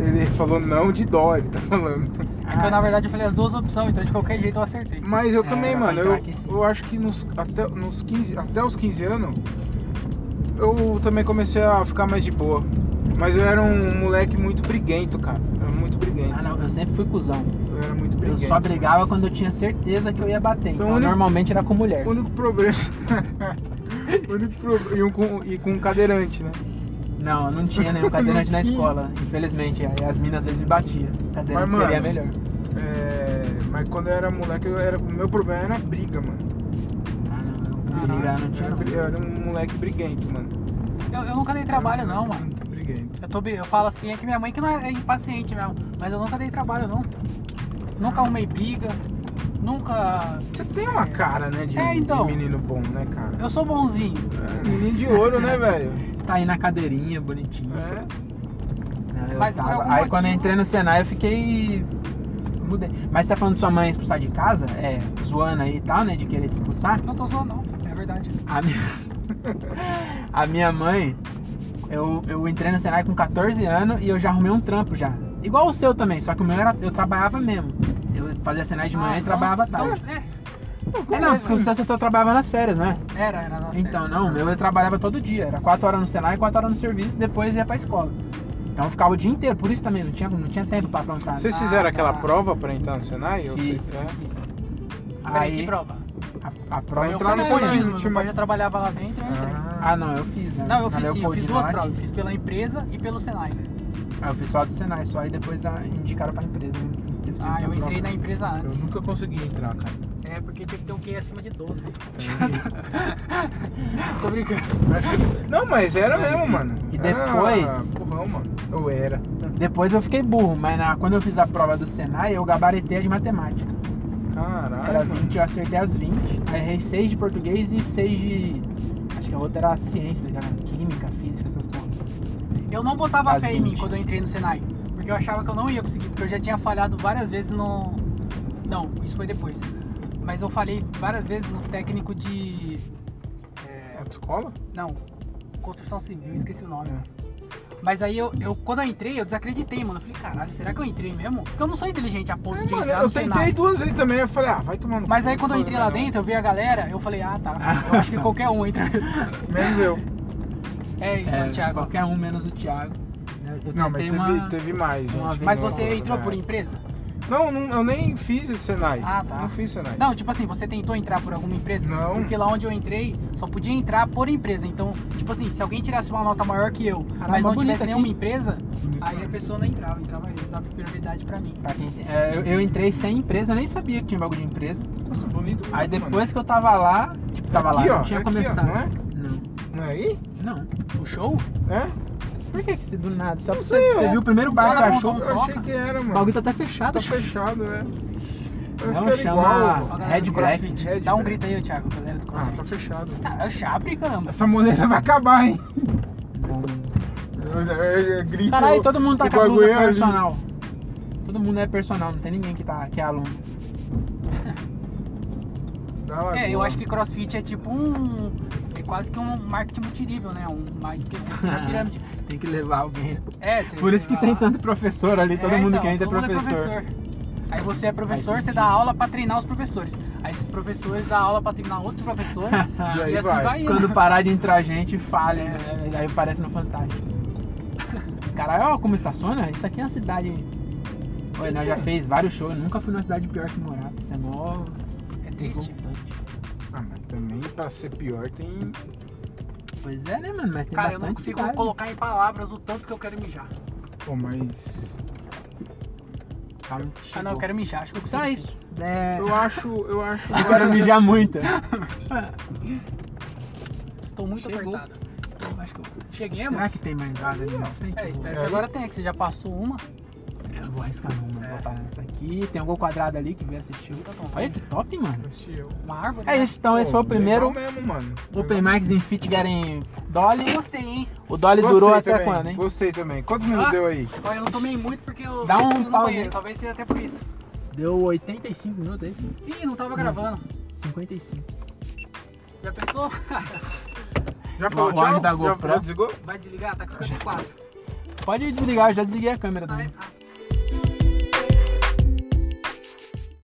Ele falou não de dó, ele tá falando.
É
Ah.
que eu, na verdade, eu falei as duas opções, então de qualquer jeito eu acertei.
Mas eu
É,
também,
vai
mano,
entrar
eu,
aqui sim.
eu acho que nos, até, nos 15, até os 15 anos, eu também comecei a ficar mais de boa. Mas eu era um moleque muito briguento, cara. Eu era muito briguento.
Ah, não, eu sempre fui cuzão.
Eu era muito
Eu
briguento.
só brigava quando eu tinha certeza que eu ia bater. Então,
Então, o único-
normalmente era com mulher.
O único problema. o único problema. E, um com, e com um cadeirante, né?
Não, eu não tinha nenhum cadeirante
Não
na
tinha.
escola, infelizmente. Aí as minas às vezes me batiam. Cadeirante
Mas,
seria
mano,
melhor.
É, mas quando eu era moleque, eu era, o meu problema era briga, mano.
Ah,
Caralho,
não, brigar não
Eu
tinha
era,
não.
bri- eu era um moleque briguento, mano.
Eu, eu nunca dei trabalho, não, mano.
Muito briguento.
Eu, tô, bem- eu falo assim, é que minha mãe que não é é impaciente mesmo, mas eu nunca dei trabalho, não. Nunca arrumei briga, nunca.
Você tem uma cara, né, de,
É, então.
de menino bom, né, cara?
Eu sou bonzinho.
É, menino de ouro, né, velho?
Tá aí na cadeirinha, bonitinho.
É.
Não, eu
Mas por
tava-
algum
Aí quando eu
motivo-
entrei no Senai eu fiquei. Mudei. Mas você tá falando de sua mãe expulsar de casa? É, zoando aí e tal, né? De querer te expulsar?
Não tô zoando, não, é verdade.
A minha, a minha mãe, eu, eu entrei no Senai com 14 anos e eu já arrumei um trampo já. Igual o seu também, só que o meu era. Eu trabalhava mesmo. Eu fazia Senai de manhã
Ah,
e
então-
trabalhava à tarde.
então, é,
É, não, se o seu só trabalhava nas férias, né?
era, era. nas
Então,
férias.
não, o meu eu trabalhava todo dia. Era 4 horas no Senai, 4 horas no serviço, depois ia pra escola. Então eu ficava o dia inteiro, por isso também, não tinha, não tinha tempo pra aprontar. né?
Vocês
Ah,
fizeram aquela
tá.
prova pra entrar no Senai? Eu sei,
Fiz.
é.
Sim. Peraí, que
Aí,
é prova?
a, a
Pra
prova
eu
entrar
fui
no tipo,
no
seu
jornalismo,
time,
meu
time.
pai já trabalhava lá dentro, eu entrei.
Ah, não, eu fiz, né?
Não, eu
Na
fiz sim, eu fiz
Leopoldina
duas
lá,
provas. Fiz pela empresa e pelo Senai.
Ah, eu fiz só a do Senai, só aí depois a, indicaram pra empresa. né? Deve ser
Ah,
outra
eu entrei
prova.
na empresa
Eu
antes.
nunca consegui entrar, cara.
É, porque tinha que ter um QI acima de 12. Tô brincando.
Não, mas era mesmo, mano.
E
Era
depois-
Burrão, mano. Eu era.
Depois eu fiquei burro, mas na- quando eu fiz a prova do Senai, eu gabaritei a de matemática. Era
Caralho, Ah, é, mano.
20, eu acertei as 20. Aí errei 6 de português e 6 de. Acho que a outra era ciência, né, cara? Química, física, essas coisas.
Eu não botava
Quase
fé em mim
20.
quando eu entrei no Senai. Porque eu achava que eu não ia conseguir, porque eu já tinha falhado várias vezes no. Não, isso foi depois. Mas eu falei várias vezes no técnico de. é,
Autoescola?
Não, construção civil, esqueci o nome.
É,
Mas aí eu, eu- quando eu entrei, eu desacreditei, mano. Eu falei, caralho, será que eu entrei mesmo? Porque eu não sou inteligente a ponto
É,
de
mano,
entrar
eu
um no
tentei
Senai.
duas vezes também. Eu falei, ah, vai tomar no
Mas
cu,
aí quando eu
foda,
entrei lá
não.
dentro, eu vi a galera, eu falei, ah tá, eu acho que qualquer um entra mesmo.
Menos eu.
É, então,
É,
Thiago.
Qualquer um menos o Thiago. Eu eu
Não, mas
tentei
teve,
uma-
teve mais, gente. é.
uma vez.
Mas
um. Não, é.
você entrou por empresa?
Não, não, eu nem fiz esse Senai.
Ah, tá.
Não fiz Senai.
Não, tipo assim, você tentou entrar por alguma empresa?
Não.
Porque lá onde eu entrei, só podia entrar por empresa. Então, tipo assim, se alguém tirasse uma nota maior que eu, mas não
bonito
tivesse
aqui.
nenhuma empresa, aí a pessoa não entrava, entrava eles, dava prioridade pra mim.
Pra quem tem- é, eu, eu entrei sem empresa, eu nem sabia que tinha um bagulho de empresa.
Nossa, bonito.
Aí
mano.
depois que eu tava lá, tipo, tava
Aqui,
lá,
ó,
não tinha
aqui, ó,
começado.
não é?
Não,
Não é aí?
não.
O show?
É?
Por que que você do nada? Só
Não
pra você,
sei,
você
eu-
viu o primeiro bar,
Ela
você
montou
achou?
um
O
Eu achei
Toca.
que era, mano.
bagulho tá até fechado.
Tá fechado, é. Parece
Não,
que era
chama-
igual.
A galera
Red
do
Black,
CrossFit.
Red
Dá um
Black.
grito aí, ô, Thiago, galera do
Ah, tá
CrossFit.
fechado.
Ah, é o Chapre, caramba.
Essa moleza vai acabar, hein? Grito.
Caralho, todo mundo tá
o
com a
bagulho é
blusa
ali.
personal. Todo mundo é personal, não tem ninguém que, tá, que é aluno.
Dá uma
É, eu
boa.
acho que crossfit é tipo um. É quase que um marketing multinível, né? Um mais que uma pirâmide.
Tem que levar alguém.
É, cê,
Por
cê
isso que
vai
tem
lá.
tanto professor ali, todo
É,
mundo
então,
que entra é
todo mundo
professor.
Aí você é professor,
Faz
você dá aula pra treinar os professores. Aí esses professores dão aula pra treinar outros professores.
E aí
e assim
vai.
vai, indo.
Quando parar de entrar gente, falha, né? Aí parece no Fantástico. Caralho, ó, como estaciona? Isso aqui é uma cidade. Olha, nós já fez vários shows, eu nunca fui numa cidade pior que Morato. Isso é mó.
É triste.
revoltante.
Ah, mas também pra ser pior tem.
Pois é, né, mano? Mas tem
Cara, eu não
bastante
consigo
cidade.
colocar em palavras o tanto que eu quero mijar.
Pô, mas.
Calma,
Ah, não, eu
chegou.
quero mijar. Acho que eu consigo.
Então é isso. É...
Eu acho. Eu acho.
Eu quero mijar muito.
Estou muito
Chegou.
apertado. Então,
Acho que eu-
Cheguemos?
Será que tem mais nada ali na frente?
É,
Eu vou-
espero que agora tenha, que você já passou uma.
Eu vou arriscar não, mano. Vou parar nessa aqui. Tem um gol quadrado ali que veio assistir.
É. Tá bom.
Olha que top, mano.
Assisti eu.
Uma árvore.
É
né?
isso, então. Esse
Pô,
foi o primeiro
legal mesmo, mano.
Open Mics em Fit Getting Dolly.
Gostei, hein?
O Dolly
Gostei
durou até
também,
quando, hein?
Gostei também. Quantos minutos
Ah.
deu aí?
Olha, eu não tomei muito porque eu
Dá um
preciso ir no
pause
banheiro.
aí.
Talvez seja até por isso.
Deu 85 minutos, é isso?
Ih, não tava gravando.
55.
Já pensou?
Já falou
O ar
tchau?
da
Já,
GoPro.
já desligou?
Vai desligar? Tá com 54.
Pode desligar, eu já desliguei a câmera.
Tá,
Também.
ah,